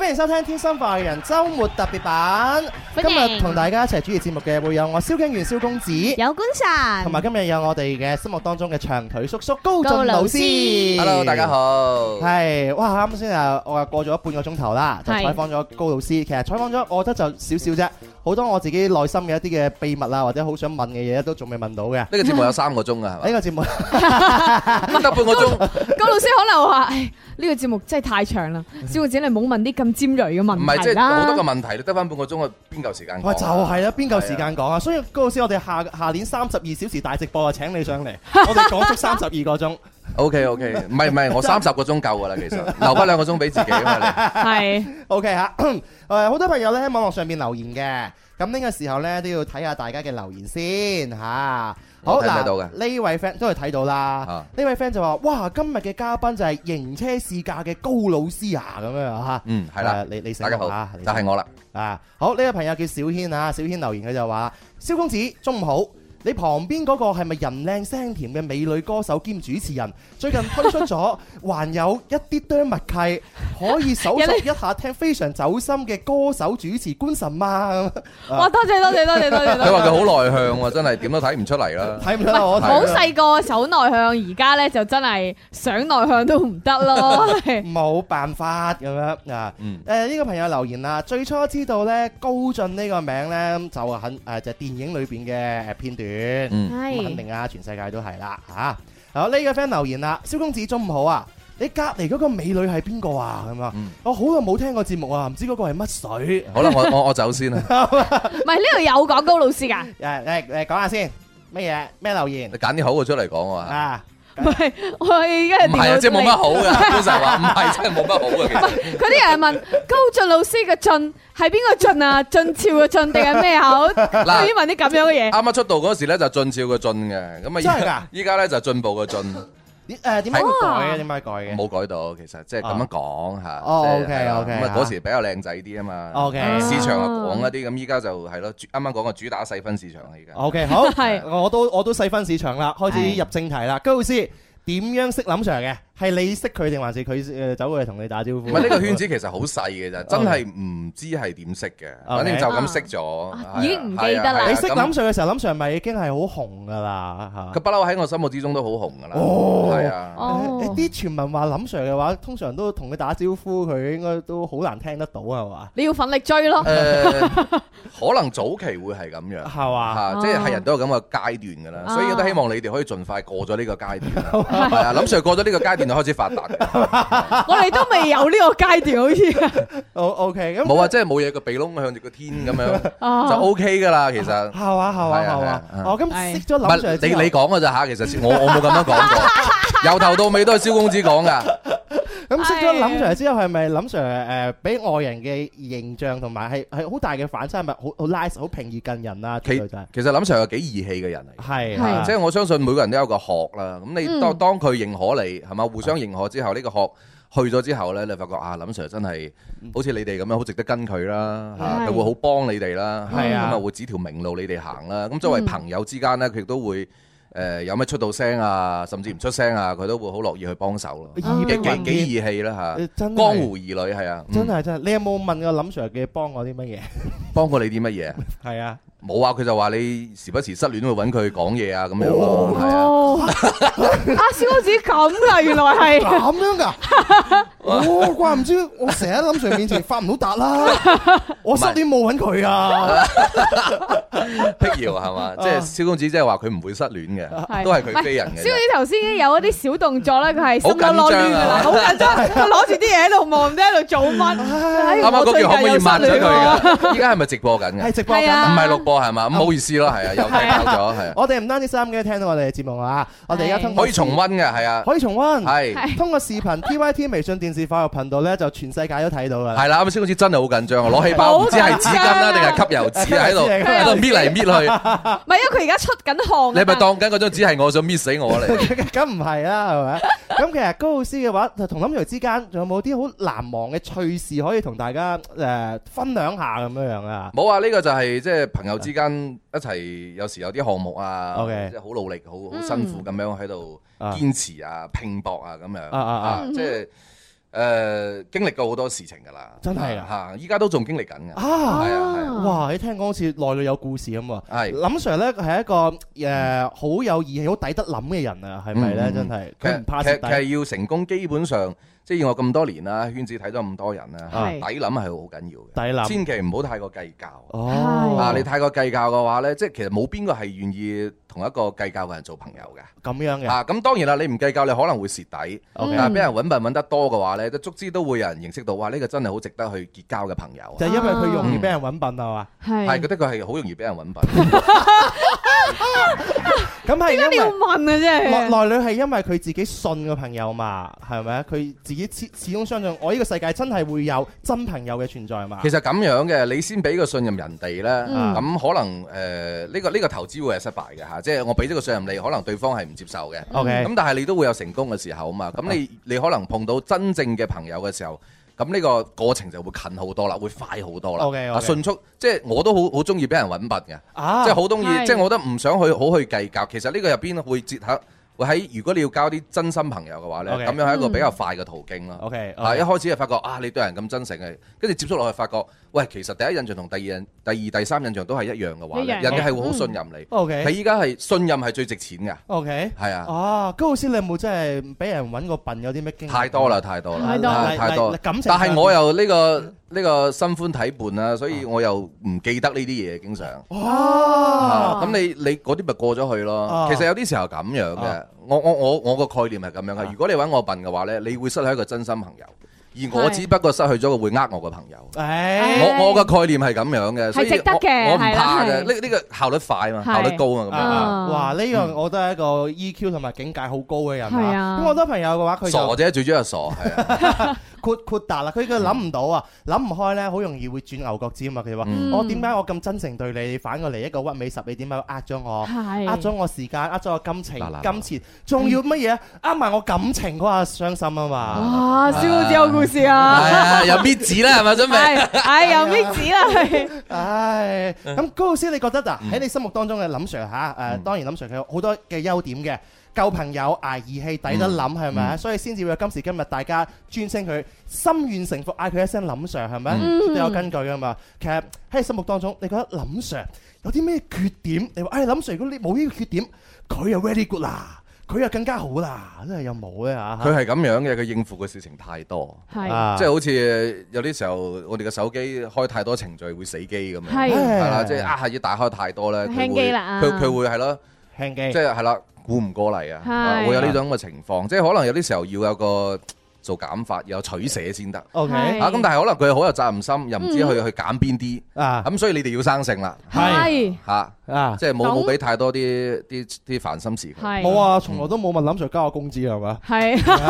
Speaker 2: 歡迎收聽《天生快活人》周末特別版。今
Speaker 8: 歡迎
Speaker 2: 日同大家一齊主持節目嘅會有我蕭敬元、蕭公子，
Speaker 8: 有官神，
Speaker 2: 同埋今日有我哋嘅心目當中嘅長腿叔叔高
Speaker 8: 高
Speaker 2: 進
Speaker 8: 老
Speaker 2: 老
Speaker 8: 師
Speaker 2: 師。
Speaker 5: Hello，大家。好。
Speaker 2: 係，哇！啱先啊，我又過咗半個鐘頭啦，就
Speaker 8: 係
Speaker 2: 採訪咗高老師。其實採訪咗，我覺得就少少啫，好多我自己內心嘅一啲嘅秘密啊，或者好想問嘅嘢都仲未問到嘅。
Speaker 5: 呢個節目有三個鐘啊，係
Speaker 2: 呢個節目
Speaker 5: 嘛？得半個 鐘，唔
Speaker 3: 高老師可能話：，唉，呢個節目真係 太長啦，小王子你冇問啲咁尖鋭嘅
Speaker 5: 係
Speaker 3: 問
Speaker 5: 即
Speaker 3: 題
Speaker 5: 係好多個
Speaker 3: 啦。
Speaker 5: 問題，你得翻半個鐘，我邊夠時間講？啊
Speaker 2: 喂，就係啦，邊夠時間講啊？所以高老師，我哋下下年三十二小時大直播啊，請 你上嚟，我哋講足三十二個鐘。
Speaker 5: O K O K，唔係唔 係，我三十個鐘夠㗎啦，其實留翻兩個鐘俾自己啊嘛。
Speaker 3: 係
Speaker 2: OK 嚇，誒好多朋友咧喺網絡上面留言嘅，咁呢個時候咧都要睇下大家嘅留言先嚇。好
Speaker 5: 我睇唔睇
Speaker 2: 嗱，
Speaker 5: 到嘅
Speaker 2: 呢位 friend 都係睇到啦。
Speaker 5: 啊
Speaker 2: 呢位 friend 就話：，哇，今日嘅嘉賓就係型車試駕嘅高老師啊，咁樣嚇。
Speaker 5: 嗯，係啦
Speaker 2: 誒，你你醒
Speaker 5: 大家
Speaker 2: 目
Speaker 5: 好
Speaker 2: 啊，你，
Speaker 5: 就係我啦。
Speaker 2: 啊，好呢個朋友叫小軒啊，小軒留言佢就話：蕭公子中午好，你旁邊嗰個係咪人靚聲甜嘅美女歌手兼主持人？最近推出咗 還有一啲多默契，可以搜索一下聽非常走心嘅歌手主持官神嘛？
Speaker 3: 哇！多謝多謝多謝多謝多
Speaker 5: 佢話
Speaker 3: 謝。
Speaker 5: 佢好內向喎，真係點都睇唔出嚟 啦。
Speaker 2: 睇唔到我
Speaker 3: 好
Speaker 2: 睇啊唔到
Speaker 3: 細個手內向，而家咧就真係想內向都唔得咯。係
Speaker 2: 冇辦法咁樣啊！誒
Speaker 5: 嗯
Speaker 2: 呢、個朋友留言啦，最初知道呢高進呢個名呢，就係很誒、就係電影裏邊嘅片段。
Speaker 5: 嗯，
Speaker 2: 咁肯定啊，全世界都係啦嚇。好呢個 friend 留言啦，蕭公子中午好啊，你隔離嗰個美女係邊個啊？咁啊
Speaker 5: 嗯，
Speaker 2: 我好耐冇聽過節目啊，唔知嗰個係乜水。
Speaker 5: 好啦，我我我走先啦。
Speaker 3: 唔係呢度有講高老師㗎？
Speaker 2: 誒誒誒，講下先，咩嘢咩留言
Speaker 5: 你揀啲好嘅出嚟講啊。
Speaker 2: 啊？
Speaker 3: 唔係，我而家係
Speaker 5: 唔係啊，即係冇乜
Speaker 3: 電腦
Speaker 5: 好嘅。官神話唔係，真係冇乜好嘅。其 實
Speaker 3: 佢啲人問高進老師嘅進係邊個進啊？進俏嘅進定係咩口？
Speaker 5: 嗱
Speaker 3: 居然問啲咁樣嘅嘢。
Speaker 5: 啱啱出道嗰時咧就進少嘅進嘅，咁啊依
Speaker 2: 真係㗎
Speaker 5: 家 依家咧就進步嘅進，
Speaker 2: 咦誒點解會改嘅？點解改嘅
Speaker 5: 冇改到其實即係咁樣講嚇。
Speaker 2: 哦
Speaker 5: 即係
Speaker 2: OK，
Speaker 5: 係啦
Speaker 2: OK，
Speaker 5: 咁啊
Speaker 2: 嚇
Speaker 5: 嗰時比較靚仔啲啊嘛。
Speaker 2: ？OK
Speaker 5: 市場又廣一啲，咁依家就係咯，主啱啱講嘅主打細分市場啦，依家。
Speaker 2: OK，好
Speaker 3: 係，
Speaker 2: 我都我都細分市場啦，開始
Speaker 3: 係
Speaker 2: 入正題啦。高老師點樣識林 Sir 嘅？係你識佢定還是佢誒走過嚟同你打招呼？
Speaker 5: 唔係呢個圈子其實好細嘅
Speaker 2: 哦
Speaker 5: 咋，真係唔知係點識嘅，反正就咁識咗
Speaker 3: 啊，
Speaker 5: 係啊
Speaker 3: 已經唔記得啦
Speaker 5: 係啊係
Speaker 2: 哦
Speaker 5: 啊
Speaker 2: 你識林
Speaker 5: 咁
Speaker 2: Sir 嘅時候，林 Sir 咪已經係好紅㗎啦嚇。
Speaker 5: 佢不嬲喺我心目之中都好紅噶啦，
Speaker 2: 哦
Speaker 5: 係啊，
Speaker 2: 誒誒啲傳聞話林 Sir 嘅話，通常都同佢打招呼，佢應該都好難聽得到係嘛？
Speaker 3: 你要奮力追咯。
Speaker 5: 誒可能早期會係咁 樣。
Speaker 2: 係嘛？
Speaker 5: 嚇，即係係人都有咁嘅階段㗎啦，
Speaker 3: 啊
Speaker 5: 所以我都希望你哋可以盡快過咗呢個階段
Speaker 3: 哦
Speaker 5: 啦。係啊，林 Sir 過咗呢個階段就開始發達 㗎，
Speaker 3: 我哋都未有呢個階段，好似
Speaker 2: 哦 OK 咁
Speaker 5: 冇啊，即係冇嘢個鼻窿向住個天咁樣
Speaker 3: 啊
Speaker 5: 就 OK 㗎啦，其實。
Speaker 2: 係嘛係嘛
Speaker 5: 係啊
Speaker 2: 係
Speaker 5: 係
Speaker 2: 嘛
Speaker 5: 啊係啊
Speaker 2: 哦咁
Speaker 3: 係
Speaker 2: 識咗
Speaker 5: 唔
Speaker 2: 林 Sir 啊
Speaker 5: 係你
Speaker 2: 之後
Speaker 5: 你講㗎咋嚇，其實我我冇咁樣講 過，由頭到尾都係蕭公子講㗎。
Speaker 2: 咁識咗
Speaker 3: 哎
Speaker 2: 林 Sir 之後係咪林 Sir 誒俾外人嘅形象同埋係係好大嘅反差，係咪好好 nice 好平易近人啊？
Speaker 5: 其
Speaker 2: 絕對就係
Speaker 5: 其實林 Sir 係幾義氣嘅人嚟嘅。
Speaker 2: 係
Speaker 3: 係
Speaker 2: 啊
Speaker 5: 即係我相信每個人都有個殼啦，咁
Speaker 3: 嗯
Speaker 5: 你當當佢認可你係嘛，互相認可之後，呢個殼去咗之後呢，你發覺啊，林 Sir 真係好似你哋咁樣，好值得跟佢啦，嚇
Speaker 3: 係
Speaker 5: 佢會好幫你哋啦，
Speaker 2: 嗯係啊
Speaker 5: 咁啊會指條明路你哋行啦。咁作為
Speaker 3: 嗯
Speaker 5: 朋友之間呢，佢亦都會誒有咩出到聲啊，甚至唔出聲啊，佢都會好樂意去幫手咯。
Speaker 2: 義
Speaker 5: 幾
Speaker 2: 薄
Speaker 5: 幾
Speaker 2: 雲天
Speaker 5: 幾義氣啦嚇
Speaker 2: 誒，真係
Speaker 5: 江湖兒女係啊，嗯
Speaker 2: 真係真係，你有冇問過林 Sir 嘅幫我啲乜 嘢？
Speaker 5: 幫過你啲乜嘢？
Speaker 2: 係啊，
Speaker 5: 冇啊，佢就話你時不時失戀會揾佢講嘢啊，咁樣 咯，係啊。
Speaker 3: 哦，阿蕭公子咁噶，原來係
Speaker 2: 啊咁樣㗎？我怪唔知，我成日喺林 Sir 面前發唔到達啦，我失戀冇揾佢 啊，
Speaker 5: 辟謠係嘛？即係蕭公子即係話佢唔會失戀嘅，
Speaker 3: 係
Speaker 5: 哦都係佢飛人
Speaker 3: 唔係蕭
Speaker 5: 嘅
Speaker 3: 公
Speaker 5: 啫。
Speaker 3: 子頭先已經有一啲小動作咧，佢係心
Speaker 5: 好
Speaker 3: 嬲
Speaker 5: 緊
Speaker 3: 嬲
Speaker 5: 張
Speaker 3: 亂噶啦
Speaker 5: 啊，
Speaker 3: 好緊張，佢攞住啲嘢喺度望，唔知喺度做乜。啱
Speaker 5: 啱啱嗰段可唔可以抹咗佢
Speaker 3: 啊？
Speaker 5: 㗎？依家係咪直播緊
Speaker 2: 係
Speaker 5: 嘅？
Speaker 2: 直播緊
Speaker 3: 係
Speaker 2: 啊
Speaker 3: 啊
Speaker 5: 唔係錄播係嘛？唔好意思啦，係啊，又踢爆咗係啊，
Speaker 2: 我哋唔單止三嘅聽到我哋嘅節目啊，我哋而家通過
Speaker 5: 可以重温嘅係啊，
Speaker 2: 可以重温，
Speaker 5: 係
Speaker 2: 通過視 頻 TYT 微信電視教育頻道咧，就全世界都睇到㗎啦。
Speaker 5: 係啦，啱啱蕭公子真係好緊張啊，攞起包唔知係紙巾啦定係吸油紙啊，喺度
Speaker 2: 吸油紙
Speaker 5: 喺度搣嚟 搣
Speaker 3: 唔
Speaker 5: 去，
Speaker 3: 係因為佢而家出緊汗啊
Speaker 5: 你咪
Speaker 3: 嘛
Speaker 5: 當緊嗰張紙係我想搣死我嚟？
Speaker 2: 咁唔係啦，係咪？咁其實高老師嘅話，就同林 Sir 之間，仲有冇啲好難忘嘅趣事可以同大家誒分享下咁樣樣啊？
Speaker 5: 冇啊！呢、個就係即係朋友之間一齊，有時有啲項目啊
Speaker 2: OK
Speaker 5: 即係好努力、好好
Speaker 3: 嗯
Speaker 5: 辛苦咁樣喺度
Speaker 2: 啊
Speaker 5: 堅持啊、拼搏啊咁樣
Speaker 2: 啊啊啊
Speaker 5: 即係誒、呃、經歷過好多事情㗎啦，
Speaker 2: 真係㗎
Speaker 5: 嚇！依家都仲經歷緊㗎，係
Speaker 2: 啊！
Speaker 5: 啊係啊，
Speaker 2: 哇！你聽講好似內裏有故事咁喎。
Speaker 5: 係
Speaker 2: 林 Sir 咧係一個誒好有義氣、好抵得諗嘅人啊，係咪咧？
Speaker 5: 嗯
Speaker 2: 真係
Speaker 5: 其
Speaker 2: 佢
Speaker 5: 實
Speaker 2: 唔怕
Speaker 5: 其
Speaker 2: 蝕
Speaker 5: 實其
Speaker 2: 底。
Speaker 5: 實要成功，基本上即係以我咁多年啦，圈子睇咗咁多人啦，
Speaker 2: 啊
Speaker 5: 抵諗係好緊
Speaker 2: 抵
Speaker 5: 要嘅，
Speaker 2: 諗
Speaker 5: 千祈唔好太過計較。
Speaker 2: 哦，
Speaker 5: 啊！你太過計較嘅話呢，即係其實冇邊個係願意同一個計較嘅人做朋友嘅。
Speaker 2: 咁樣嘅，
Speaker 5: 啊，咁當然啦，你唔計較，你可能會蝕底。
Speaker 2: OK
Speaker 5: 但係俾人揾笨揾得多嘅話咧，都足之都會有人認識到，哇！呢、個真係好值得去結交嘅朋友
Speaker 2: 就
Speaker 5: 啊。
Speaker 2: 係因為佢容易俾人揾笨係嘛？
Speaker 5: 係，
Speaker 3: 係
Speaker 5: 覺。得佢係好容易俾人揾笨。
Speaker 2: 咁係
Speaker 3: 點解你
Speaker 2: 因
Speaker 3: 要
Speaker 2: 為。
Speaker 3: 問啊？真
Speaker 2: 內
Speaker 3: 係。
Speaker 2: 內裏係因為佢自己信嘅朋友嘛，係咪佢自己始始終相信我呢個世界真係會有真朋友嘅存在嘛。
Speaker 5: 其實咁樣嘅，你先俾個信任人哋咧，
Speaker 2: 嗯
Speaker 5: 咁、可能誒呢、個呢、個投資會係失敗嘅嚇，即係我俾咗個信任你，可能對方係唔接受嘅。
Speaker 2: OK
Speaker 5: 咁但係你都會有成功嘅時候啊嘛。咁你你可能碰到真正嘅朋友嘅時候。咁呢個過程就會近好多啦，會快好多啦。
Speaker 2: OK，OK
Speaker 5: 啊迅速，即係我都好好中意俾人揾笨嘅。
Speaker 2: 啊，
Speaker 5: 即係好中意，
Speaker 3: 係
Speaker 5: 即係我覺得唔想去好去計較。其實呢個入邊會結合，會喺如果你要交啲真心朋友嘅話呢，
Speaker 2: OK
Speaker 5: 咁樣係一個比較快嘅途徑咯。
Speaker 2: OK，
Speaker 5: 啊，一開始就發覺啊，你對人咁真誠嘅，跟住接觸落去發覺，喂，其實第一印象同第二印、第二、第三印象都係一樣嘅話
Speaker 3: 一
Speaker 5: 呢，
Speaker 3: 樣嗯
Speaker 5: 人哋係會好信任你。你
Speaker 2: OK
Speaker 5: 依家係信任係最值錢嘅，
Speaker 2: OK，
Speaker 5: 係啊，
Speaker 2: 啊，高老師你有冇真係俾人揾過笨有啲咩經歷？
Speaker 5: 太多啦，太多啦，
Speaker 3: 太多啦
Speaker 5: 啊太多啦。
Speaker 2: 感情
Speaker 5: 但
Speaker 2: 上
Speaker 5: 係我又呢個呢個心寬體胖啦，啊所以我又唔記得呢啲嘢，經常。
Speaker 2: 哦，
Speaker 5: 啊咁你你嗰啲咪過咗去
Speaker 2: 啊
Speaker 5: 咯。其實有啲時候咁樣嘅
Speaker 2: 啊，
Speaker 5: 我我我我個概念係咁樣
Speaker 2: 啊
Speaker 5: 嘅。如果你揾我笨嘅話呢，你會失去一個真心朋友，而我只不過失去咗個會呃我嘅朋友。
Speaker 2: 誒，
Speaker 5: 我我嘅概念係咁樣嘅，所以
Speaker 3: 係值得嘅
Speaker 5: 我我唔
Speaker 3: 係啦
Speaker 5: 怕嘅。
Speaker 3: 係
Speaker 5: 呢呢個效率快嘛，
Speaker 3: 係
Speaker 5: 效率高嘛，咁樣啊。
Speaker 3: 啊
Speaker 2: 哇！呢樣我都係一個 EQ 同埋境界好高嘅人
Speaker 3: 係
Speaker 2: 啊
Speaker 3: 啊。
Speaker 2: 咁好多朋友嘅話，佢
Speaker 5: 傻
Speaker 2: 就
Speaker 5: 啫，最主要係傻，係 啊，
Speaker 2: 豁豁達啦，佢
Speaker 5: 嗯
Speaker 2: 佢諗唔到啊，諗唔開咧，好容易會轉牛角尖啊！佢話：
Speaker 5: 嗯
Speaker 2: 我點解我咁真誠對你，你反過嚟一個屈美十，你點解呃咗我？
Speaker 3: 係
Speaker 2: 呃咗我時間，呃咗我金
Speaker 5: 嗱
Speaker 2: 情
Speaker 5: 嗱、
Speaker 2: 金錢，仲要乜嘢？呃埋我感情嗰下傷心啊
Speaker 5: 哦
Speaker 2: 嘛！
Speaker 3: 哇！蕭公子有故事啊！
Speaker 5: 係啊，有搣紙啦，係咪準備？
Speaker 3: 係係有咩 子啦？係
Speaker 2: 唉，咁高老師，你覺得嗱喺你心目當中嘅林 Sir 嚇誒，當然林 Sir 佢有好多嘅優點嘅，夠朋友、捱義氣、抵得諗係咪啊？所以先至會有今時今日大家尊稱佢心願誠服，嗌佢一聲林 Sir 係咪？都有根據㗎嘛。其實喺你心目當中，你覺得林 Sir 有啲咩缺點？你話唉，林 Sir 如果你冇呢個缺點，佢又 very good 啦，佢又更加好啦，真係有冇咧嚇？
Speaker 5: 佢係咁樣嘅，佢應付嘅事情太多。
Speaker 3: 係
Speaker 2: 啊
Speaker 5: 即係好似有啲時候，我哋嘅手機開太多程序會死機咁樣，
Speaker 3: 係
Speaker 5: 係啦，即係啊，要打開太多咧，佢
Speaker 3: 輕
Speaker 5: 會
Speaker 3: 機啦
Speaker 5: 佢
Speaker 3: 啊
Speaker 5: 佢會係咯，
Speaker 2: 輕
Speaker 5: 即
Speaker 2: 機，
Speaker 5: 係係啦，估唔過嚟啊
Speaker 3: 係
Speaker 5: 啊，會有呢種咁嘅情況，即係可能有啲時候要有個做減法，有取捨先得
Speaker 2: OK
Speaker 3: 係
Speaker 5: 啊。咁但係可能佢好有責任心，又唔
Speaker 3: 嗯
Speaker 5: 知去去減邊啲，
Speaker 2: 啊
Speaker 5: 咁所以你哋要生性啦
Speaker 3: 係
Speaker 5: 嚇，
Speaker 2: 啊！
Speaker 5: 即係冇
Speaker 3: 懂
Speaker 5: 冇俾太多啲啲啲煩心事佢。
Speaker 3: 係
Speaker 2: 冇啊，從來都冇問林 Sir 加我工資係嘛？
Speaker 3: 係。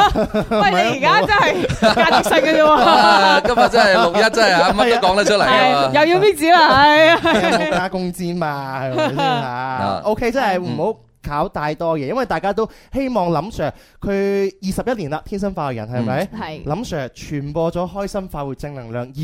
Speaker 3: 喂，你而家真係價值性嘅啫喎，
Speaker 5: 啊今日真係六一真係啊，乜都講得出嚟啊
Speaker 3: 係
Speaker 5: 嘛！
Speaker 3: 又要咩子啦？係
Speaker 2: 加工資嘛，係咪先嚇
Speaker 5: 啊
Speaker 2: ？OK，真係唔好搞太多嘢，因為大家都希望林 Sir 佢二十一年啦，天生快活人係咪？
Speaker 3: 係
Speaker 2: 林 Sir 傳播咗開心快活正能量二十